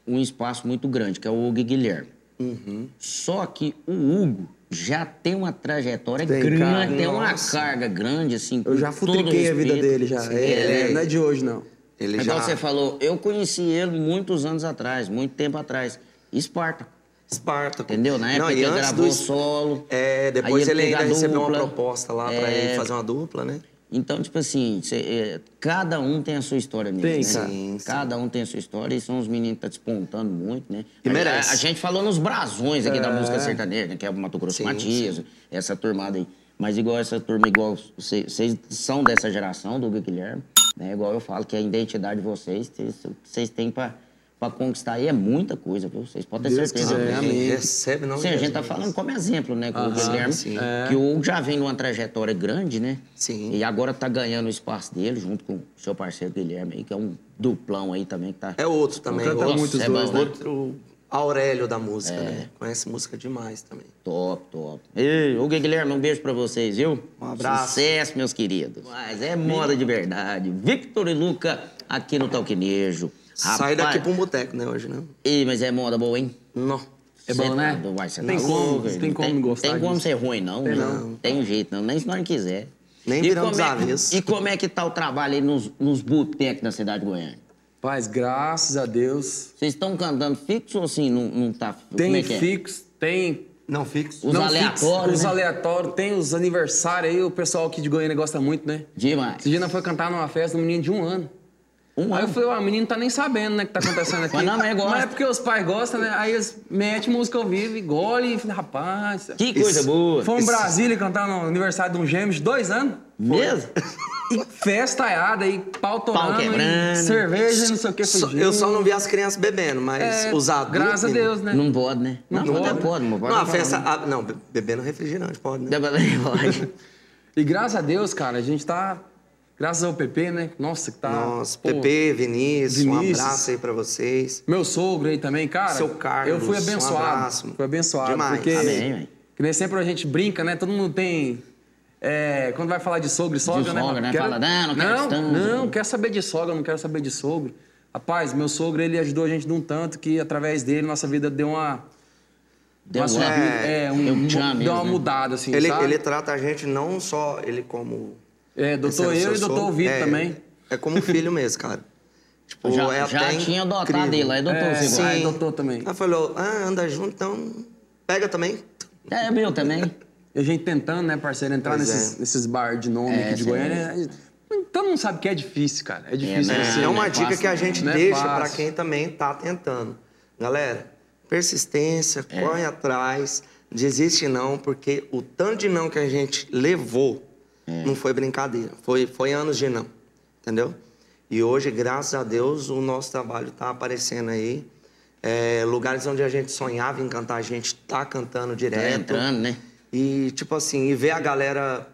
A: um espaço muito grande, que é o Hugo e Guilherme.
C: Uhum.
A: Só que o Hugo já tem uma trajetória
C: Tem,
A: grande,
C: cara.
A: tem uma
B: Nossa.
A: carga grande, assim.
C: Eu já futriquei a vida dele já. É,
A: é,
C: Não é de hoje, não.
B: Ele
A: Igual
B: já...
A: você falou, eu conheci ele muitos anos atrás, muito tempo atrás. Esparta.
B: Espartaco.
A: Entendeu? Na época
B: e
A: que ele
B: antes
A: gravou
B: do-
A: solo.
B: É,
A: aí
B: depois ele
A: fez
B: ainda
A: a
B: recebeu uma
A: dupla.
B: proposta lá pra
A: É,
B: ele fazer uma dupla, né?
A: Então, tipo assim, cê, é, cada um tem a sua história mesmo,
C: Tem,
A: né?
C: cara.
B: Sim, sim.
A: Cada um tem a sua história e são os meninos que tá despontando muito, né?
B: E
A: a,
B: merece.
A: A, a gente falou nos brasões aqui da música sertaneja, né, que é o Mato Grosso
B: Sim,
A: Matias, essa turmada aí. Mas igual essa turma, igual vocês são dessa geração do Hugo e Guilherme, né? Igual eu falo que a identidade de vocês, vocês- vocês têm pra, pra conquistar aí é muita coisa, viu? Vocês podem ter
C: Deus
A: certeza.
C: quiser,
A: disso.
C: amém. Amigo.
B: Recebe, não.
A: é, Sim, a
B: Deus
A: gente tá
B: mesmo.
A: falando como exemplo, né? Com o
C: Aham,
A: Guilherme,
B: Ah, sim.
A: que o Hugo já vem de uma trajetória grande, né?
B: Sim.
A: E agora tá ganhando o espaço dele, junto com o seu parceiro Guilherme aí, que é um duplão aí também que tá.
B: É outro também.
C: Canta
B: outro,
C: muito os
A: é
C: dois,
A: bom, né?
C: né?
B: outro Aurélio da
A: É.
B: música, né? Conhece música demais também.
A: Top, top. Ei, Hugo e Guilherme, um beijo pra vocês, viu?
B: Um abraço.
A: Sucesso, meus queridos. Mas é moda de verdade. Victor e Luca aqui no Talquinejo.
B: Sai
A: Rapaz,
B: daqui pra um boteco, né, hoje, né?
A: Ei, mas é moda boa, hein?
B: Não.
C: É bom,
A: Cê
C: né?
A: tá doido, uai, cê
C: Tem
A: tá
C: como,
A: louco,
C: tem
A: não
C: como
A: tem,
C: gostar
A: Tem como
C: disso.
A: ser ruim, não.
C: Tem
A: não.
B: não.
A: Tem jeito, não. Nem se nós quiser.
B: Nem
A: E
B: viramos
A: como é-
B: avesso.
A: E como é que tá o trabalho aí nos, nos botecos da cidade de Goiânia?
C: Paz, graças a Deus.
A: Vocês estão cantando fixo ou assim, não, não tá... como
C: Tem
A: é que é?
C: fixo, tem...
B: Não fixo.
A: Os
C: não
A: aleatórios,
C: Os
A: né?
C: aleatórios, tem os aniversários aí, o pessoal aqui de Goiânia gosta muito, né?
A: Demais.
C: Esse dia nós foi cantar numa festa, um menino de um ano.
A: Um
C: Aí eu
A: ano.
C: falei, ó, o menino tá nem sabendo, né, o que tá acontecendo aqui.
A: Mas não, mas gosta.
C: é porque os pais gostam, né? Aí eles metem música ao vivo e gole, e falei, rapaz...
A: Que coisa
B: Isso.
A: boa.
C: Foi em Brasília cantar no aniversário de um gêmeo de dois anos.
A: Mesmo?
C: E festaiada, e pau torando, e
A: quebrando.
C: cerveja, e não sei o que.
B: Só-
C: fugindo.
B: eu só não vi as crianças bebendo, mas
C: É,
B: os adultos.
C: Graças a
B: menino,
C: Deus, né?
A: Não pode, né? Não,
C: Não
A: até
C: pode.
A: pode, não pode.
B: Não, a
A: falar,
B: festa.
A: não.
B: a- não, be- bebendo refrigerante, pode, né?
A: Dá pra- pode. Tá
C: E graças a Deus, cara, a gente tá. Graças ao PP, né? Nossa, que tá.
B: Nossa,
C: pô,
B: Pepe, Vinícius,
C: Vinícius.
B: um abraço aí pra vocês.
C: Meu sogro aí também, cara.
B: Seu Carlos,
C: Eu fui
B: um
C: abençoado.
B: abraço.
C: Fui abençoado.
B: Demais.
C: Porque,
A: Amém, amém.
C: que nem sempre a gente brinca, né? Todo mundo tem. é, quando vai falar de sogro e sogra, né?
A: sogra, né?
C: Quero-
A: Fala, não, não quero
C: não,
A: tanto.
C: não, quero saber de sogra, não quero saber de sogro. Rapaz, meu sogro, ele ajudou a gente de um tanto que através dele nossa vida deu uma.
A: Deu
C: nossa
A: uma-
C: vida- é, um,
A: eu te amo
C: deu
A: mesmo,
C: uma
A: né?
C: mudada, assim.
B: Ele,
C: sabe?
B: ele trata a gente não só ele como.
C: É,
B: esse
C: doutor
B: era o
C: eu
B: seu
C: e doutor
B: sogro.
C: Vitor
B: É,
C: também.
B: É como filho mesmo, cara. Tipo,
A: Já,
B: é
A: já
B: até
A: tinha adotado
B: incrível.
A: ele, aí doutor,
C: É,
A: você
C: sim.
A: vai.
C: Aí doutor também.
B: Aí falou, ah, anda junto, então pega também.
A: É meu também.
C: E a gente tentando, né, parceiro, entrar
B: Pois
C: nesses,
B: é.
C: nesses bar de nome
A: É,
C: aqui de
A: sim.
C: Goiânia. Então não sabe que é difícil, cara. É difícil.
A: né?
C: você-
B: é uma
A: não é
B: dica
A: fácil,
B: que a gente
C: não é
B: deixa
C: fácil.
B: pra quem também tá tentando. Galera, persistência, corre atrás, desiste não, porque o tanto de não que a gente levou não foi brincadeira, foi, foi anos de não, entendeu? E hoje, graças a Deus, o nosso trabalho está aparecendo aí. É, lugares onde a gente sonhava em cantar, a gente tá cantando direto.
A: Tá entrando, né?
B: E, tipo assim, e ver a galera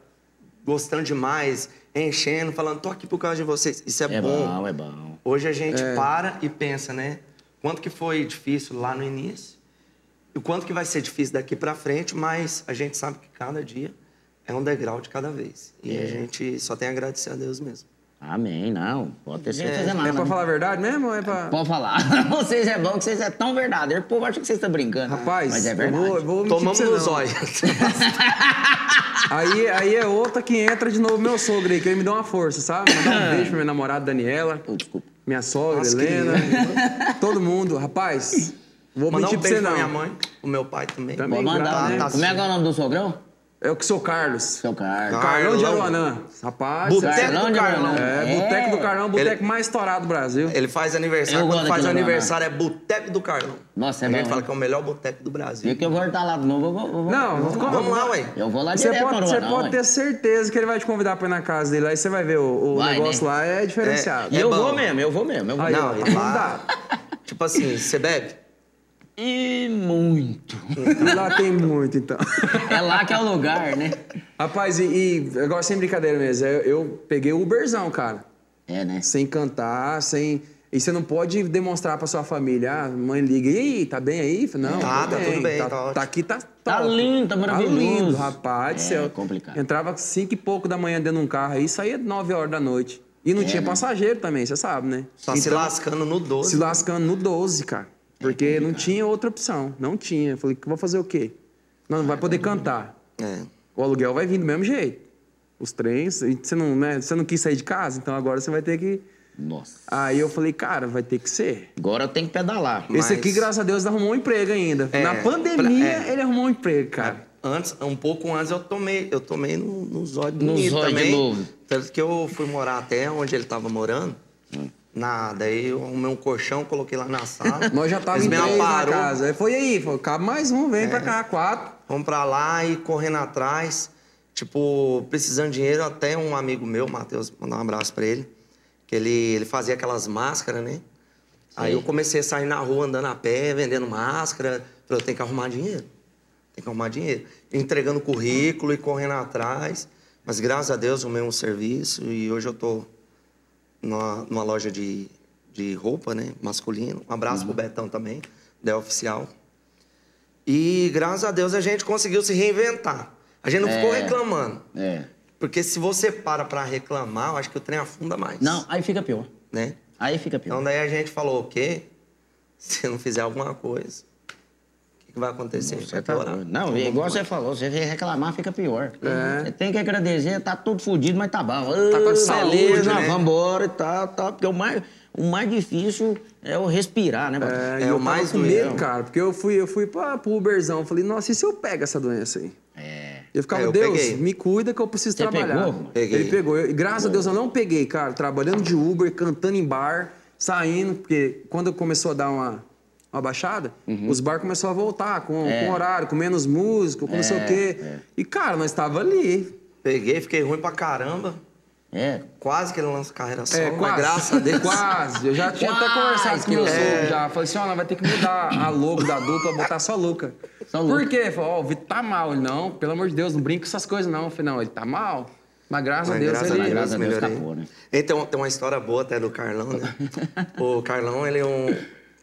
B: gostando demais, enchendo, falando, tô aqui por causa de vocês. Isso é,
A: É
B: bom.
A: bom, é bom.
B: Hoje a gente para e pensa, né? Quanto que foi difícil lá no início e o quanto que vai ser difícil daqui pra frente, mas a gente sabe que cada dia é um degrau de cada vez. E a gente só tem a agradecer a Deus mesmo.
A: Amém, não. Pode ter certeza
B: É,
A: nada.
C: É pra
A: né?
C: falar a verdade mesmo? ou É pra...
A: Pode falar. Vocês é bom que vocês é tão verdadeiro. O povo acha que vocês estão brincando.
C: Rapaz,
A: Mas é
C: eu
A: verdade.
C: vou, eu vou mentir pra
B: Tomamos
C: você
B: nos
C: não.
B: olhos.
C: Aí, aí é outra que entra de novo meu sogro aí, que ele me deu uma força, sabe? Mandar um beijo pra minha namorada Daniela,
A: Pô, desculpa.
C: minha sogra,
B: Nossa, que
C: Helena,
B: lindo.
C: todo mundo. Rapaz, vou
B: Mandar
C: mentir
B: um
C: pra você
B: beijo
C: não.
B: pra minha mãe, o meu pai também.
C: Também.
A: Vou mandar.
C: Tá,
A: né?
B: tá
A: Como é que é o nome do sogrão?
C: É o que sou Carlos.
A: Seu Carlos.
B: Carlos.
C: Carlão de
B: Carlão.
C: Aruanã. Rapaz,
B: Boteco
C: sério.
B: do
A: de
B: Carlão.
A: Guaraná.
C: É, boteco do Carlão, boteco mais estourado do Brasil.
B: Ele faz aniversário.
A: Eu
B: Quando
A: gosto
B: faz
A: daquele
B: aniversário é Boteco do Carlão.
A: Nossa, é
B: a
A: bom.
B: gente fala
A: hein?
B: que é o melhor boteco do
A: Dia
B: Brasil.
A: que eu voltar lá de novo, eu vou. eu vou-
C: Não,
A: eu vou-
C: como-
B: Vamos lá, ué.
A: Eu vou lá
C: Você
A: direto,
C: pode,
A: Aruanã,
C: você pode
A: ué.
C: ter certeza que ele vai te convidar pra ir na casa dele. Aí você vai ver, o, o
A: Vai,
C: negócio
A: né?
C: lá é diferenciado.
A: E
B: É
A: eu
B: bom.
A: vou mesmo, eu vou mesmo. Eu vou.
C: Aí,
B: Não,
C: ó,
B: e
C: tá
B: lá- Tipo assim, você bebe?
A: E muito.
C: convidado. E lá tem muito, então.
A: É lá que é o lugar, né?
C: Rapaz, e, e agora sem brincadeira mesmo, eu, eu peguei o Uberzão, cara.
A: É, né?
C: Sem cantar, sem. E você não pode demonstrar pra sua família, ah, mãe liga, e aí, tá bem aí? Fala, Não,
B: Tá, tá tudo bem,
C: tá,
B: tá ótimo.
C: tá aqui, tá top.
A: Tá lindo, tá maravilhoso.
C: lindo, rapaz do
A: É,
C: céu.
A: complicado.
C: Entrava cinco e pouco da manhã dentro de um carro aí, saía nove horas da noite. E não tinha passageiro também, você sabe, né?
B: Tá se lascando no doce.
C: se lascando no 12, cara.
B: É
C: Porque não tinha outra opção. Não tinha. Eu Falei, vou fazer o quê? Não, não vai poder cantar.
B: É.
C: O aluguel vai vir do mesmo jeito. Os trens, e você não, né, você não quis sair de casa, então agora você vai ter que.
A: Nossa.
C: Aí eu falei, cara, vai ter que ser.
A: Agora eu tenho que pedalar.
B: Mas-
C: Esse aqui, graças a Deus, arrumou um emprego ainda.
B: É,
C: Na pandemia,
B: pra-
C: ele arrumou um emprego, cara.
B: Antes, um pouco antes eu tomei, eu tomei no, no zóio do
A: No
B: Nito
A: zóio de
B: também.
A: novo.
B: Tanto que eu fui morar até onde ele tava morando. Nada, aí eu arrumei um colchão, coloquei lá na sala.
C: Nós já tava
B: Eles
C: em
B: me
C: três na
B: aparou,
C: casa. Aí foi aí, falou, cabe mais um, vem
B: É.
C: pra cá, quatro.
B: Vamos pra lá e correndo atrás. Tipo, precisando de dinheiro, até um amigo meu, Matheus, mandar um abraço pra ele. Que ele, ele fazia aquelas máscaras, né? Aí eu comecei a sair na rua andando a pé, vendendo máscara. Falei, eu tenho que arrumar dinheiro. Tem que arrumar dinheiro. Entregando currículo e correndo atrás. Mas graças a Deus, o meu serviço. E hoje eu tô numa, numa loja de, de roupa, né? Masculino. Um abraço pro Betão também, da Oficial. E graças a Deus a gente conseguiu se reinventar. A gente não
A: É.
B: ficou reclamando.
A: É.
B: Porque se você para pra reclamar, eu acho que o trem afunda mais.
A: Não, aí fica pior.
B: Né?
A: Aí fica pior.
B: Então daí a gente falou, o quê? Se não fizer alguma coisa, o que, que vai acontecer?
A: Você
B: Vai
A: tá
B: piorar.
A: doido. Não,
B: Então,
A: igual
B: vamos-
A: você falou, você vem reclamar, fica pior.
C: É.
A: Você tem que agradecer, tá tudo fodido, mas tá bom. Tá
B: com saúde, né?
A: vambora e tal, tal. Porque o mais, o mais difícil é o respirar, né, Batista?
C: É,
B: É,
C: e
B: o
C: eu
B: mais
C: mais com
B: doido.
C: medo, cara, porque eu fui, eu fui pra, pro Uberzão. Eu Falei, nossa, e se eu pego essa doença aí?
A: É.
C: Eu ficava,
B: É, eu
C: Deus,
B: peguei.
C: me cuida que eu preciso
A: Você
C: trabalhar.
A: pegou?
B: Peguei.
C: Ele pegou. Eu- graças a Deus eu não peguei, cara. Trabalhando de Uber, cantando em bar, saindo, porque quando começou a dar uma, uma baixada,
B: Uhum.
C: os bar começaram a voltar com,
B: É.
C: com horário, com menos músico, com não sei o quê. E, cara, nós estava ali.
B: Peguei, fiquei ruim pra caramba.
A: É.
B: Quase que ele lança carreira solo,
C: É,
B: mas
C: quase.
B: graças a Deus.
C: Quase. Eu já tinha até
A: Quase
C: conversado com
A: que eu-
C: meu sogro já. Falei assim, ó, nós vai ter que mudar a logo da dupla, botar só Luca.
A: Só Luca.
C: Por quê? Falei, ó, o Vitor tá mal. Ele, não, pelo amor de Deus, não brinca com essas coisas, não. Eu Falei, não, ele tá mal. Mas graças a
B: Mas
C: Deus
B: graças
C: ele...
B: a Deus,
A: graças a Deus
B: melhorei.
A: escapou, né?
B: E tem, um- tem uma história boa até do Carlão, né? o Carlão, ele é um.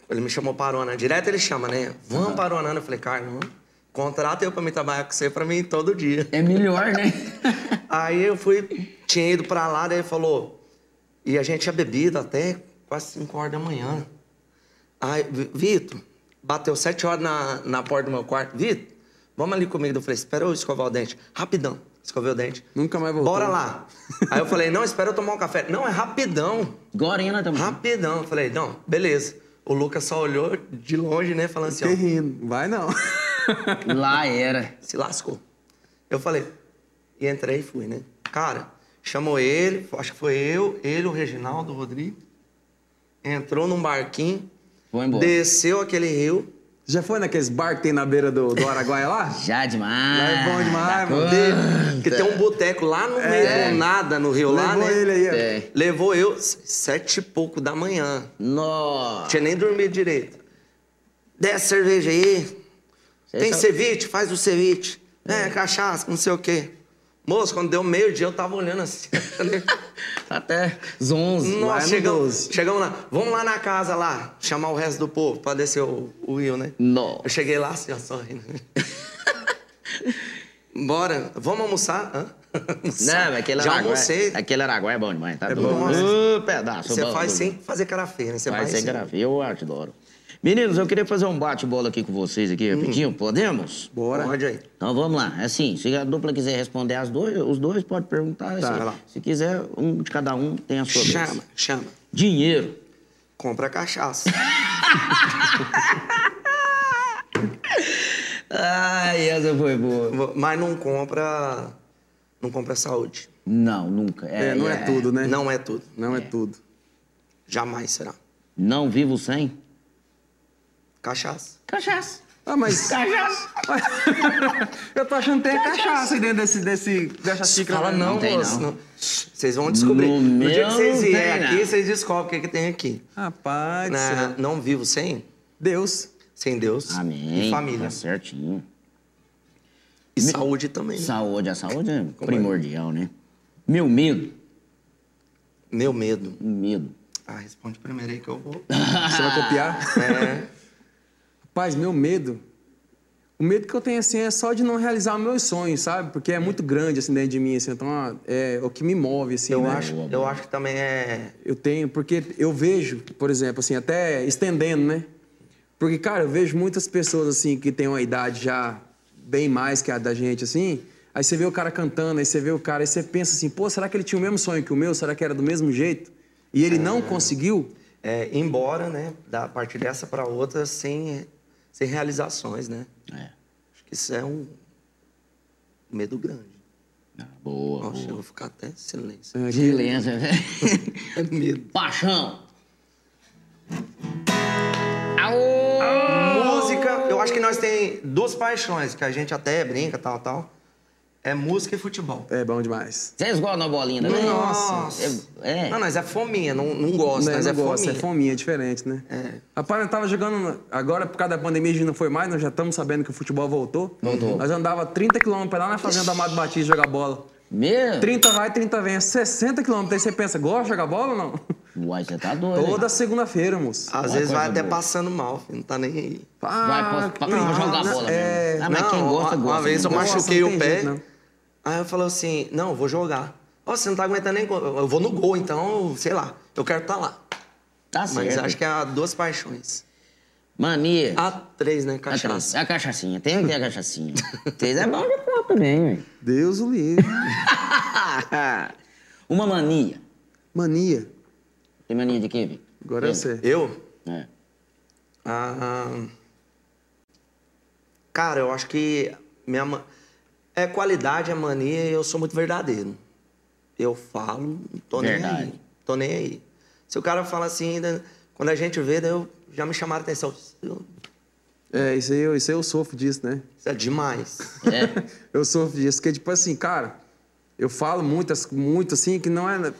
B: Ele me chamou para Aruanã. Direto ele chama, né? Vamos para Aruanã. Eu falei, Carlão, contrata eu pra me trabalhar com você pra mim todo dia.
A: É melhor, né?
B: Aí eu fui, tinha ido pra lá, daí ele falou. E a gente tinha bebido até quase 5 horas da manhã. Aí, Vi- Vitor, bateu 7 horas na, na porta do meu quarto. Vitor, vamos ali comigo. Eu falei, espera eu escovar o dente. Rapidão, escovei o dente.
C: Nunca mais voltou.
B: Bora lá. Aí eu falei, não, espera eu tomar um café. Não, é rapidão.
A: Gorena também.
B: Rapidão. Eu falei, não, beleza. O Lucas só olhou de longe, né? Falando assim, ó,
C: Fiquei rindo. Vai não.
A: Lá era.
B: se lascou. Eu falei, e entrei e fui, né? Cara, chamou ele, acho que foi eu, ele, o Reginaldo, o Rodrigo. Entrou num barquinho,
A: Foi embora.
B: desceu aquele rio,
C: Já foi naqueles bar que tem na beira do, do Araguaia lá?
A: Já demais. Tá
C: Lá é bom demais,
A: dá
C: mano.
A: conta.
B: Porque tem um boteco lá no meio do nada, no Rio lá,
C: É. Levou
B: né?
C: ele aí, ó.
A: É.
B: Levou eu sete e pouco da manhã.
A: Nossa.
B: Tinha nem dormido direito. Desce cerveja aí. Tem
A: é
B: ceviche, faz o ceviche. É, cachaça, não sei o quê. Moço, quando deu meio dia, eu tava olhando assim. Falei,
A: Tá até 11.
B: Nossa,
C: no
B: chegamos,
C: 12.
B: chegamos lá. Vamos lá na casa lá, chamar o resto do povo pra descer o, o Will, né?
A: Nossa.
B: Eu cheguei lá assim, ó, sorrindo. Bora, vamos almoçar? Hã? Almoçar?
A: Não, mas aquele
B: Já
A: Araguaia,
B: almocei.
A: Aquele Araguaia é bom demais, tá? É
B: bom, né?
A: pedaço.
B: Você
A: bom,
B: faz
A: bom.
B: sem fazer cara feia, né? Você
A: Faz
B: faz
A: sem
B: sem-
A: gravar. é Eu adoro. Meninos, eu queria fazer um bate-bola aqui com vocês aqui,
B: Hum.
A: rapidinho. Podemos?
C: Bora.
B: Pode aí.
A: Então vamos lá. É Assim, se a dupla quiser responder as dois, os dois pode perguntar.
B: Tá,
A: assim.
B: vai lá.
A: se quiser, um de cada um tem a sua vez.
B: Chama, chama.
A: Dinheiro.
B: Compra cachaça.
A: Ai, essa foi boa.
B: Mas não compra. Não compra saúde.
A: Não, nunca.
C: É, não é tudo, né?
B: Não é tudo.
C: Não é tudo.
B: Jamais será.
A: Não vivo sem?
B: Cachaça.
A: Cachaça.
C: Ah, mas.
A: Cachaça.
C: eu tô achando que tem cachaça aí dentro desse, desse, dessa xícara.
B: Fala
C: né?
B: não,
A: Não tem,
B: moço.
A: não.
B: não. Vocês vão descobrir.
A: No
B: No,
A: meu
B: dia que vocês
A: não
B: vierem
A: tem,
B: aqui,
A: não.
B: vocês descobrem o que, que tem aqui.
C: Rapaz, do
B: Na-
C: céu.
B: não vivo sem?
C: Deus.
B: Sem Deus.
A: Amém.
B: E família.
A: Tá certinho.
B: E saúde também. né?
A: Saúde, a saúde é primordial, né? Meu medo.
B: Meu medo.
A: Medo.
B: Ah, responde primeiro aí que eu vou.
C: Você vai copiar?
B: É.
C: Rapaz, meu medo. O medo que eu tenho, assim, é só de não realizar meus sonhos, sabe? Porque é muito grande, assim, dentro de mim, assim. Então, ah, é o que me move, assim,
B: Eu
C: né?
B: acho,
A: boa,
B: eu acho que também é.
C: Eu tenho, porque eu vejo, por exemplo, assim, até estendendo, né? Porque, cara, eu vejo muitas pessoas, assim, que têm uma idade já bem mais que a da gente, assim. Aí você vê o cara cantando, aí você vê o cara, aí você pensa assim, pô, será que ele tinha o mesmo sonho que o meu? Será que era do mesmo jeito? E ele não conseguiu?
B: é ir embora, né? Da parte dessa pra outra sem, sem realizações, né?
A: É.
B: Acho que isso é um medo grande.
A: Ah, Boa,
B: Nossa, eu
A: boa.
B: vou ficar até em silêncio.
C: É,
A: Silêncio, velho.
B: É medo.
A: Paixão. Aô!
B: Música, eu acho que nós tem duas paixões, que a gente até brinca, tal, tal. É música e futebol.
C: é bom demais.
A: Vocês gostam da bolinha também? É, é.
B: Não, nós é fominha, não, não gosta,
C: Não,
B: nós
C: eu
B: é
C: não gosto,
B: fominha.
C: é fominha, é diferente, né?
B: É.
C: Rapaz, eu tava jogando. Agora, por causa da pandemia, a gente não foi mais, nós já estamos sabendo que o futebol voltou.
A: Voltou.
C: Nós andava 30 quilômetros lá na fazenda do Amado Batista jogar bola.
A: Meu?
C: 30 vai, 30 vem, é 60 quilômetros. Aí você pensa, gosta de jogar bola ou não?
A: Uai, você tá doido. hein?
C: Toda segunda-feira, moço.
B: Às
A: Uma
B: vezes vai
A: coisa
B: até
A: boa.
B: passando mal, filho, não tá nem aí.
A: Vai pra, pra, pra
C: não,
A: jogar
C: não,
A: bola
C: Ah, é,
A: mesmo. Ah, mas
B: Ah, não,
A: quem gosta,
B: uma,
A: gosta.
B: Uma vez eu
A: né?
C: Nossa,
B: machuquei
C: não
B: o
C: tem
B: pé.
C: jeito, não.
B: aí eu falei assim: não, vou jogar. Ó, você não tá aguentando nem. co- Eu vou no gol, então, sei lá. Eu quero estar tá lá.
A: Tá certo.
B: Mas acho que há duas paixões.
A: Mania.
B: Há três, né?
A: A cachaça.
B: Cachaça.
A: A cachaçinha. Tem que ter a cachaçinha. Vocês é bom de pó também, velho.
C: Deus o livre.
A: Uma mania.
C: Mania.
A: Tem mania de quê, Vic?
C: Agora é você.
B: Eu?
A: É.
B: Ah, cara, eu acho que minha ma- é qualidade, é mania, e eu sou muito verdadeiro. Eu falo, não tô nem
A: Verdade.
B: aí. Tô nem aí. Se o cara fala assim, ainda- quando a gente vê, daí eu, já me chamaram a atenção. Eu-
C: É, isso aí, eu- isso aí eu sofro disso, né?
B: Isso é demais.
A: É.
C: Eu sofro disso, porque, tipo assim, cara, eu falo muito, as- muito assim, que não é.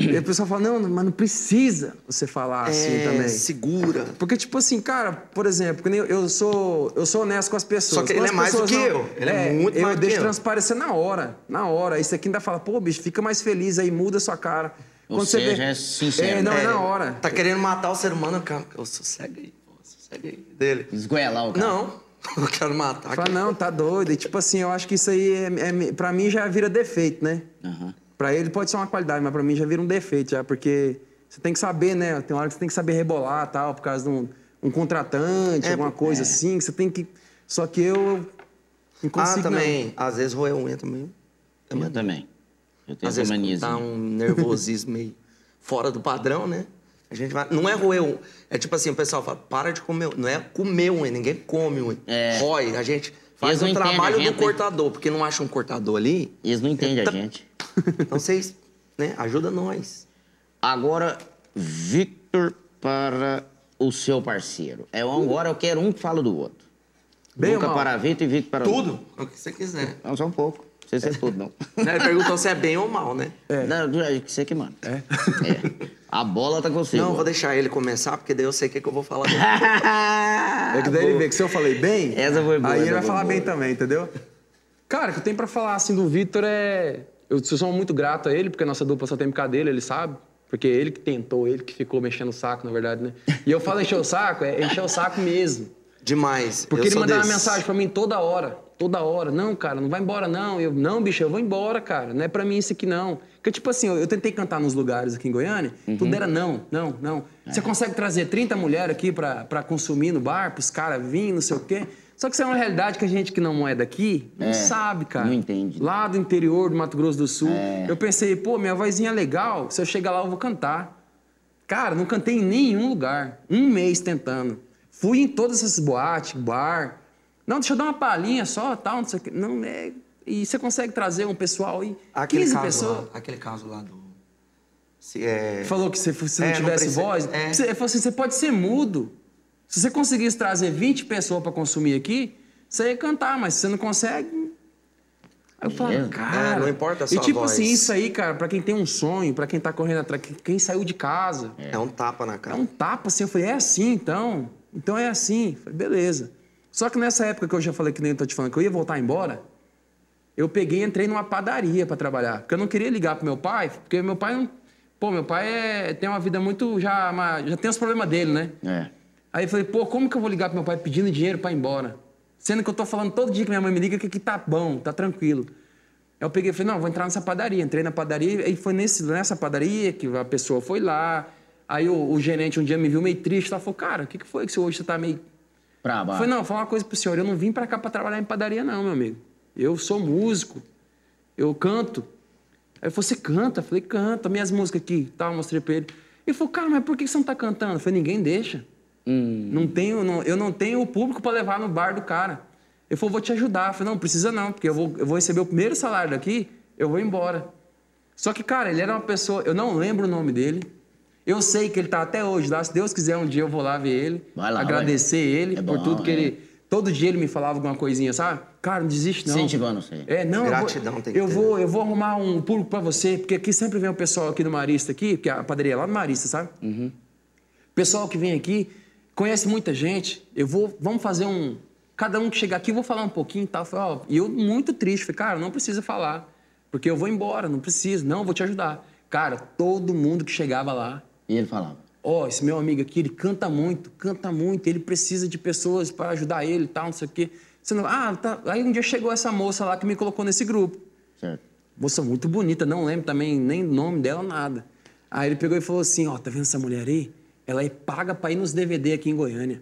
C: E a pessoa fala, não, mas não precisa você falar assim
B: É,
C: também.
B: Segura.
C: Porque, tipo assim, cara, por exemplo, que nem eu, eu sou, eu sou honesto com as pessoas.
B: Só que
C: Com
B: ele
C: as
B: é mais do
C: pessoas,
B: que
C: não-
B: eu. Ele é muito
C: eu
B: mais do que
C: deixo
B: eu.
C: transparecer na hora. Na hora. Aí você aqui ainda fala, pô, bicho, fica mais feliz aí, muda a sua cara.
A: Ou seja, é sincero.
C: É, não, é,
B: É,
C: na hora.
B: Tá querendo matar o ser humano? Calma, eu sossego aí, pô, sossega aí. Dele.
A: Esgoelar o cara.
B: Não, eu quero matar.
C: Fala, não, tá doido. E, tipo assim, eu acho que isso aí, é, é, pra mim, já vira defeito, né?
A: Aham.
C: Pra ele pode ser uma qualidade, mas pra mim já vira um defeito, já, porque você tem que saber, né? Tem hora que você tem que saber rebolar tal, por causa de um, um contratante,
B: É,
C: alguma coisa assim, que você tem que. Só que eu não consigo.
B: ah, também, às vezes um, roer unha também. É
A: Eu também. Eu tenho
B: Às
A: essa
B: vezes
A: mania.
B: tá
A: assim.
B: um nervosismo meio fora do padrão, né? A gente vai. Não é roer unha. É tipo assim, o pessoal fala, para de comer. unha." Não é comer unha, ninguém come unha.
A: É.
B: Rói. A gente faz
A: Eles não
B: um
A: entendem
B: trabalho
A: a gente,
B: do
A: né?
B: cortador, porque não acha um cortador ali.
A: Eles não entendem a
B: Tá-
A: gente.
B: Então vocês, né, ajuda nós.
A: Agora, Victor para o seu parceiro? É um agora, eu quero um que fala do outro.
C: Bem ou
A: Nunca
C: mal?
A: para Vito e Vito para
B: Tudo, o que você quiser.
A: Não, só um pouco. Não sei se é tudo, não.
B: Né, Ele perguntou se é bem ou mal, né?
A: Não, é que você que manda.
C: É?
A: É. A bola tá consigo.
B: Não, vou deixar ele começar, porque daí eu sei o que, que eu vou falar. dele.
C: É que daí ele vê que se eu falei bem,
A: Essa foi boa,
C: aí ele
A: essa
C: vai
A: foi
C: falar
A: boa.
C: bem também, entendeu? Cara, o que eu tenho pra falar assim do Vitor é. Eu sou muito grato a ele, porque a nossa dupla só tem dele, ele sabe. Porque ele que tentou, ele que ficou mexendo o saco, na verdade, né? E eu falo encher o saco, é encher o saco mesmo.
B: Demais. eu
C: Porque ele
B: sou
C: mandava
B: desses.
C: mensagem pra mim toda hora. Toda hora. Não, cara, não vai embora, não. Eu, não, bicho, eu vou embora, cara. Não é pra mim isso aqui, não. Porque, tipo assim, eu, eu tentei cantar nos lugares aqui em Goiânia, tudo era não, não, não. Você consegue trazer 30 mulheres aqui pra, pra consumir no bar, pros caras virem, não sei o quê. Só que isso é uma realidade que a gente que não é daqui não
A: É,
C: sabe, cara.
A: não entende.
C: Lá do interior do Mato Grosso do Sul, eu pensei, pô, minha vozinha é legal, se eu chegar lá eu vou cantar. Cara, não cantei em nenhum lugar. Um mês tentando. Fui em todas essas boates, bar. Não, deixa eu dar uma palhinha só, tal, não sei o quê. Não, é... E você consegue trazer um pessoal aí?
B: Aquele
C: 15
B: caso
C: pessoas?
B: Lá, aquele caso lá do. Se é.
C: Falou que se, se não
B: É, não
C: tivesse
B: precisa-
C: voz...
B: é.
C: Você, ele falou assim, você pode ser mudo. Se você conseguisse trazer 20 pessoas pra consumir aqui, você ia cantar, mas se você não consegue... Aí eu falo,
A: É,
C: cara...
B: não importa a
C: E
B: sua
C: tipo
B: voz.
C: assim, isso aí, cara, pra quem tem um sonho, pra quem tá correndo atrás, que- quem saiu de casa...
B: É um tapa na
C: É
B: cara.
C: um tapa assim. Eu falei, é assim então? Então é assim. Eu falei, beleza. Só que nessa época que eu já falei que nem eu tô te falando que eu ia voltar embora, eu peguei e entrei numa padaria pra trabalhar. Porque eu não queria ligar pro meu pai, porque meu pai não. Pô, meu pai é- tem uma vida muito. Já, uma- já tem os problemas dele, né?
A: É.
C: Aí eu falei, pô, como que eu vou ligar pro meu pai pedindo dinheiro pra ir embora? Sendo que eu tô falando todo dia que minha mãe me liga que aqui tá bom, tá tranquilo. Aí eu peguei e falei, não, vou entrar nessa padaria. Entrei na padaria e foi nesse, nessa padaria que a pessoa foi lá. Aí o, o gerente um dia me viu meio triste, ela falou, cara, o que, que foi que você hoje você tá meio...
A: Pra
C: Eu
A: baixo.
C: falei, não, foi uma coisa pro senhor, eu não vim pra cá pra trabalhar em padaria não, meu amigo. Eu sou músico, eu canto. Aí ele falou, você canta? Eu falei, canta, minhas músicas aqui, tal, mostrei pra ele. Ele falou, cara, mas por que você não tá cantando? Eu falei, ninguém deixa.
A: Hum.
C: Não tenho, não- eu não tenho o público para levar no bar do cara. Ele falou, vou te ajudar. Eu falei, não, precisa não, porque eu vou, eu vou receber o primeiro salário daqui, eu vou embora. Só que, cara, ele era uma pessoa, eu não lembro o nome dele. Eu sei que ele tá até hoje lá. Se Deus quiser, um dia eu vou lá ver ele.
A: Vai lá,
C: agradecer
A: vai.
C: ele
A: É
C: por
A: bom,
C: tudo que
A: é.
C: ele. Todo dia ele me falava alguma coisinha, sabe? Cara, não desiste, não.
A: Incentivando você.
C: É, não, eu vou-
B: Gratidão tem que
C: eu
B: ter, né?
C: vou, eu vou arrumar um público pra você, porque aqui sempre vem o pessoal aqui do Marista aqui, porque a padaria é lá no Marista, sabe?
A: Uhum.
C: Pessoal que vem aqui conhece muita gente. Eu vou, vamos fazer um, cada um que chegar aqui eu vou falar um pouquinho, e tal. Eu falei, ó, E eu muito triste, falei, cara, não precisa falar, porque eu vou embora, não preciso, não, eu vou te ajudar. Cara, todo mundo que chegava lá,
A: E ele falava.
C: ó, esse meu amigo aqui, ele canta muito, canta muito, ele precisa de pessoas para ajudar ele, e tal, não sei o quê. Você não- ah, tá. Aí um dia chegou essa moça lá que me colocou nesse grupo.
A: Certo.
C: Moça muito bonita, não lembro também nem o nome dela, nada. Aí ele pegou e falou assim: Ó, tá vendo essa mulher aí? Ela é paga pra ir nos DVD aqui em Goiânia.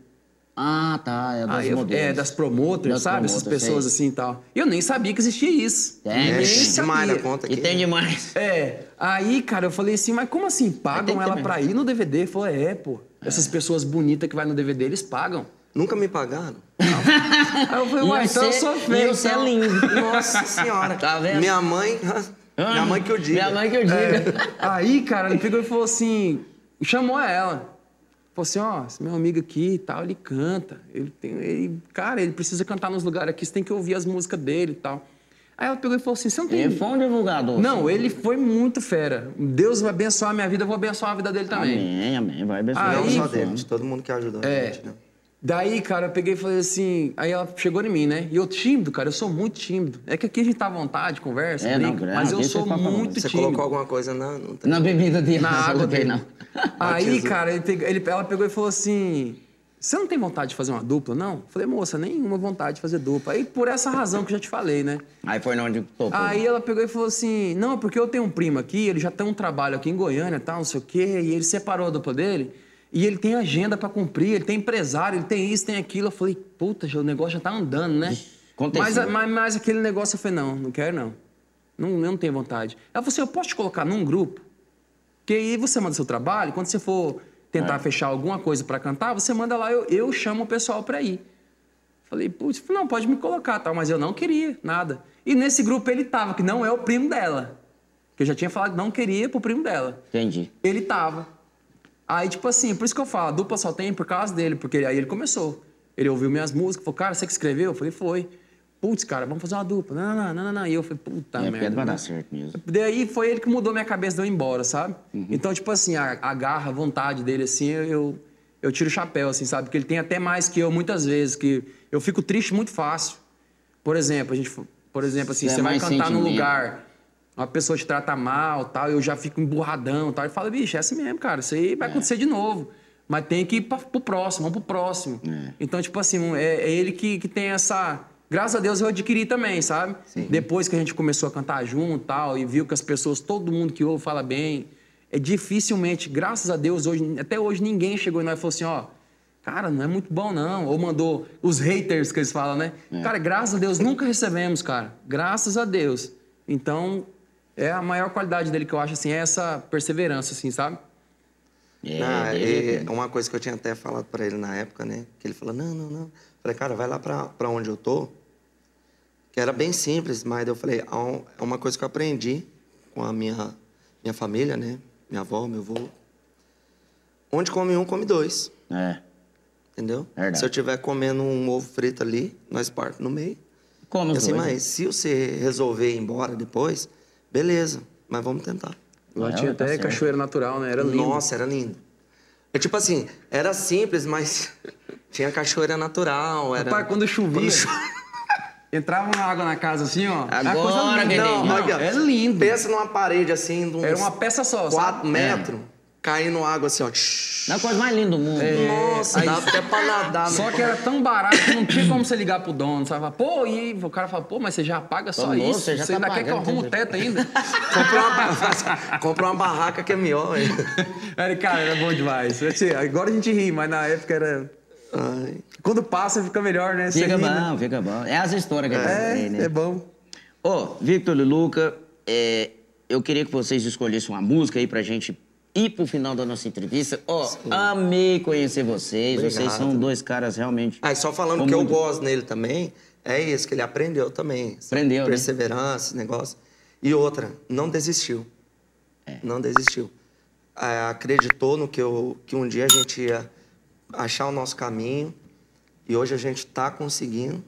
A: Ah, tá. É das
C: Aí eu-
A: modelos.
C: é, das promoters,
A: Das
C: sabe? Essas
A: promoters,
C: pessoas
A: sei.
C: assim e tal. E eu nem sabia que existia isso.
A: É,
C: nem
A: é,
B: Mexe
A: sabia.
B: demais na conta aqui.
A: E tem demais.
C: É. Aí, cara, eu falei assim: mas como assim?
A: Mas tem
C: Pagam
A: que
C: ela
A: mesmo.
C: pra ir no DVD? Ele falou: é, pô. Essas pessoas bonitas que vai no DVD, eles pagam.
B: Nunca me pagaram?
C: Aí eu falei: uai,
A: E
C: então eu
A: você-
C: sou feio.
A: e você
C: então."
A: é lindo.
B: Nossa senhora.
A: Tá vendo?
B: Minha mãe. Minha mãe que eu digo.
A: Minha mãe que eu diga.
C: É. Aí, cara, ele pegou e falou assim, chamou ela. Falou assim, ó, esse meu amigo aqui e tal, ele canta. Ele tem, ele- cara, ele precisa cantar nos lugares aqui, você tem que ouvir as músicas dele e tal. Aí ela pegou e falou assim, você não tem...
A: Ele foi um divulgador.
C: Não, ele foi muito fera. Deus vai abençoar a minha vida, eu vou abençoar a vida dele também.
A: Amém, amém. Vai abençoar.
C: Aí-
B: Não só
A: Abençoar.
B: dele, de todo mundo que ajudou a
A: É.
B: gente, né?
C: Daí, cara, eu peguei e falei assim. Aí ela chegou em mim, né? E eu tímido, cara, eu sou muito tímido. É que aqui a gente tá à vontade, conversa,
A: É, não,
C: brinca,
A: não,
C: mas eu
A: deixa
C: sou
A: ele falar, não.
C: muito
B: Você
C: tímido.
B: colocou alguma coisa na. Não tá- tem.
A: Na bebida dele.
C: na
A: não
C: água
A: coloquei,
C: dele.
A: não.
C: Aí,
B: Batizou.
C: cara, ele pegou- ele- ela pegou e falou assim: Você não tem vontade de fazer uma dupla, não? Eu Falei, moça, nenhuma vontade de fazer dupla. Aí, por essa razão que eu já te falei, né?
A: Aí foi na onde topou.
C: Aí ela pegou e falou assim: Não, porque eu tenho um primo aqui, ele já tem um trabalho aqui em Goiânia, tal, não sei o quê, e ele separou a dupla dele. E ele tem agenda pra cumprir, ele tem empresário, ele tem isso, tem aquilo. Eu falei, puta, já- o negócio já tá andando, né?
A: aconteceu.
C: Mas, a- mas, mas aquele negócio eu falei, não, não quero não. Não, eu não tenho vontade. Ela falou assim: eu posso te colocar num grupo? Porque aí você manda seu trabalho, quando você for tentar fechar alguma coisa pra cantar, você manda lá, eu, eu chamo o pessoal pra ir. Falei, putz, não, pode me colocar, tal, mas eu não queria nada. E nesse grupo ele tava, que não é o primo dela. Que eu já tinha falado que não queria pro primo dela.
A: Entendi.
C: Ele tava. Aí, tipo assim, por isso que eu falo, a dupla só tem por causa dele, porque aí ele começou. Ele ouviu minhas músicas, falou, cara, você que escreveu? Eu falei, foi. Putz, cara, vamos fazer uma dupla. Não, não, não, não, não. E eu falei, puta
A: É, porque
C: merda.
A: não vai
C: né?
A: dar certo mesmo.
C: Daí foi ele que mudou minha cabeça, deu embora, sabe?
A: Uhum.
C: Então, tipo assim, a, a garra, a vontade dele, assim, eu, eu, eu tiro o chapéu, assim, sabe? Porque ele tem até mais que eu, muitas vezes, que eu fico triste muito fácil. Por exemplo, a gente, f- por exemplo, assim,
A: Isso é
C: você vai
A: mais
C: cantar num
A: sentimento.
C: lugar, uma pessoa te trata mal, tal, eu já fico emburradão, tal, e fala, bicho, é assim mesmo, cara, isso aí
A: É.
C: vai acontecer de novo. Mas tem que ir pra, pro próximo, vamos pro próximo.
A: É.
C: Então, tipo assim, um, é, é ele que, que tem essa. Graças a Deus eu adquiri também, sabe? Depois que a gente começou a cantar junto e tal, e viu que as pessoas, todo mundo que ouve fala bem. É dificilmente, graças a Deus, hoje, até hoje ninguém chegou em nós e falou assim, ó. Cara, não é muito bom, não. Ou mandou os haters que eles falam, né?
A: É.
C: Cara, graças a Deus, nunca recebemos, cara. Graças a Deus. Então, é a maior qualidade dele que eu acho, assim, é essa perseverança, assim, sabe?
A: É,
B: Ah,
A: dele-
B: e uma coisa que eu tinha até falado pra ele na época, né? Que ele falou, não, não, não. Eu falei, cara, vai lá pra, pra onde eu tô. Que era bem simples, mas eu falei, há um- é uma coisa que eu aprendi com a minha, minha família, né? Minha avó, meu avô. Onde come um, come dois.
A: é.
B: Entendeu?
A: Verdade.
B: Se eu estiver comendo um ovo frito ali, nós partimos no meio.
A: Como
C: Uhum.
A: os
B: Assim,
A: dois.
B: mas se você resolver ir embora depois, beleza. Mas vamos tentar.
C: Lá
A: É,
C: tinha
A: tá
C: até
A: certo.
C: cachoeira natural, né? Era lindo.
B: Nossa, era lindo. É tipo assim, era simples, mas tinha cachoeira natural, era...
C: Pai, quando chovia,
B: Quando cho-
C: entrava uma água na casa assim, ó. era
A: Agora,
C: linda.
A: neném.
C: Não,
B: Olha,
C: é lindo.
B: Pensa numa parede assim, de uns
C: Era uma peça só, sabe? É.
B: 4 metros, caindo água assim, ó. Tsh.
A: É a coisa mais linda do mundo.
B: Nossa, dá até pra nadar.
C: É. Só
B: né?
C: que era tão barato que não tinha como você ligar pro dono, sabe? Pô, e o cara fala, pô, mas você já paga só
A: Pô,
C: isso?
A: você
C: Você,
A: já tá
C: ainda quer que eu
A: pagando,
C: arrume o
A: entendeu?
C: teto ainda?
B: Comprou uma, barraca, comprou uma barraca que é melhor. hein?
C: Era, cara, era bom demais. Assim, Agora a gente ri, mas na época era...
B: Ai.
C: Quando passa, fica melhor, né? Você
A: Fica
C: ri, né?
A: bom, fica bom. É as histórias que tem, né?
C: É, é bom.
A: Ô, Victor e Luca, é, eu queria que vocês escolhessem uma música aí pra gente ir pro final da nossa entrevista. Ó, amei conhecer vocês. Vocês
B: Obrigado.
A: são dois caras realmente.
B: Ah, e só falando
A: Como
B: que eu
A: muito-
B: gosto nele também, é isso, que ele aprendeu também. essa
A: Aprendeu, né?
B: Perseverança, esse negócio. E outra, não desistiu.
A: É.
B: Não desistiu. Ah, Acreditou no que, eu, que um dia a gente ia achar o nosso caminho. E hoje a gente está conseguindo.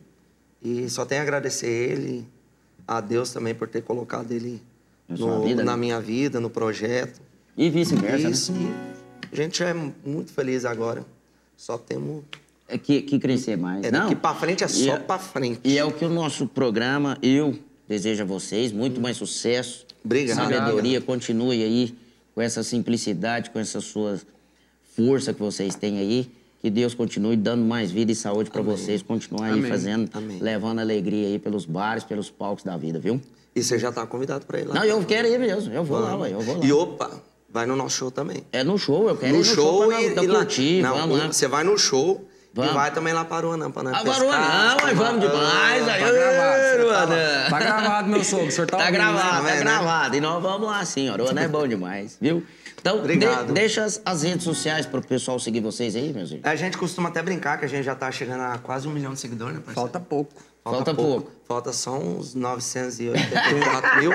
B: E só tenho a agradecer ele, a Deus também por ter colocado ele
A: Na sua
B: no-
A: vida,
B: na
A: né?
B: minha vida, no projeto.
A: E vice-versa. né?
B: Isso. E a gente é muito feliz agora. Só temos
A: É que, que crescer mais.
B: é,
A: não.
B: daqui pra frente é
A: E
B: só
A: é-
B: pra frente.
A: E é o que o nosso programa, eu desejo a vocês muito mais sucesso.
B: Hum. Obrigado.
A: Sabedoria, continue aí com essa simplicidade, com essa sua força que vocês têm aí. Que Deus continue dando mais vida e saúde pra vocês, continuar aí
C: Amém.
A: fazendo,
B: Amém.
A: levando alegria aí pelos bares, pelos palcos da vida, viu?
B: E você já tá convidado pra ir lá.
A: Não, eu quero ir mesmo, eu vou lá, ué, eu vou lá.
B: E opa, vai no nosso show também.
A: É no show, eu quero ir
B: No
A: no show,
B: show
A: pra
B: e,
A: nós- pra
B: e lá.
A: curtir,
B: Não,
A: vamos lá.
B: Você vai no show
A: Vamos.
B: e vai também lá para o Anã, pra nós
A: Ah,
B: pescar,
A: Guaraná,
B: pra
A: mas vamos
B: matar.
A: demais. Aí,
C: Tá gravado,
A: Ô,
C: você tá
A: Guaraná.
C: lá. Tá gravado, meu sogro, o senhor tá
A: Tá
C: ouvindo, né?
A: gravado,
B: Tá
A: tá
B: vendo, né?
A: gravado. E nós vamos lá, senhora. Não é bom demais, viu? Então, de-
B: Obrigado.
A: deixa as, as redes sociais pro pessoal seguir vocês aí, meus irmãos.
B: A gente costuma até brincar que a gente já tá chegando a quase um milhão de seguidores, né, parceiro?
C: Falta pouco.
A: falta
B: Falta só uns 984 mil.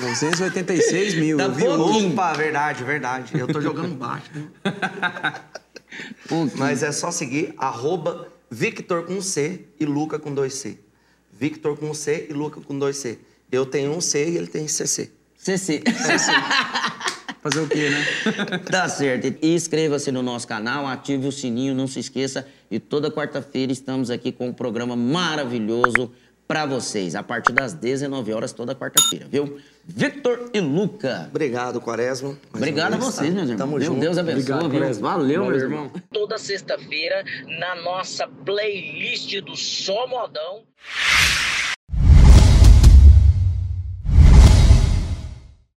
C: 986 mil,
A: Tá
C: eu vi o
A: pouco.
C: louco.
B: Opa, verdade, verdade. Eu tô jogando baixo. né? Mas é só seguir arroba Victor com um C e Luca com 2C. Victor com um C e Luca com 2C. Eu tenho um C e ele tem CC.
A: CC.
C: Fazer o quê, né?
A: tá certo. E inscreva-se no nosso canal, ative o sininho, não se esqueça. E toda quarta-feira estamos aqui com um programa maravilhoso pra vocês, a partir das 19 horas toda quarta-feira, viu? Victor e Luca.
B: Obrigado, Quaresma. mais uma
A: Obrigado a
B: vez,
A: vocês,
B: tá?
A: meus irmãos.
B: Tamo
A: Meu
B: junto.
A: Deus abençoe.
C: Obrigado,
A: viu?
C: Quaresma.
A: Valeu,
C: Valeu,
A: meu
C: irmão.
A: irmão. Toda sexta-feira na nossa playlist do Só Modão.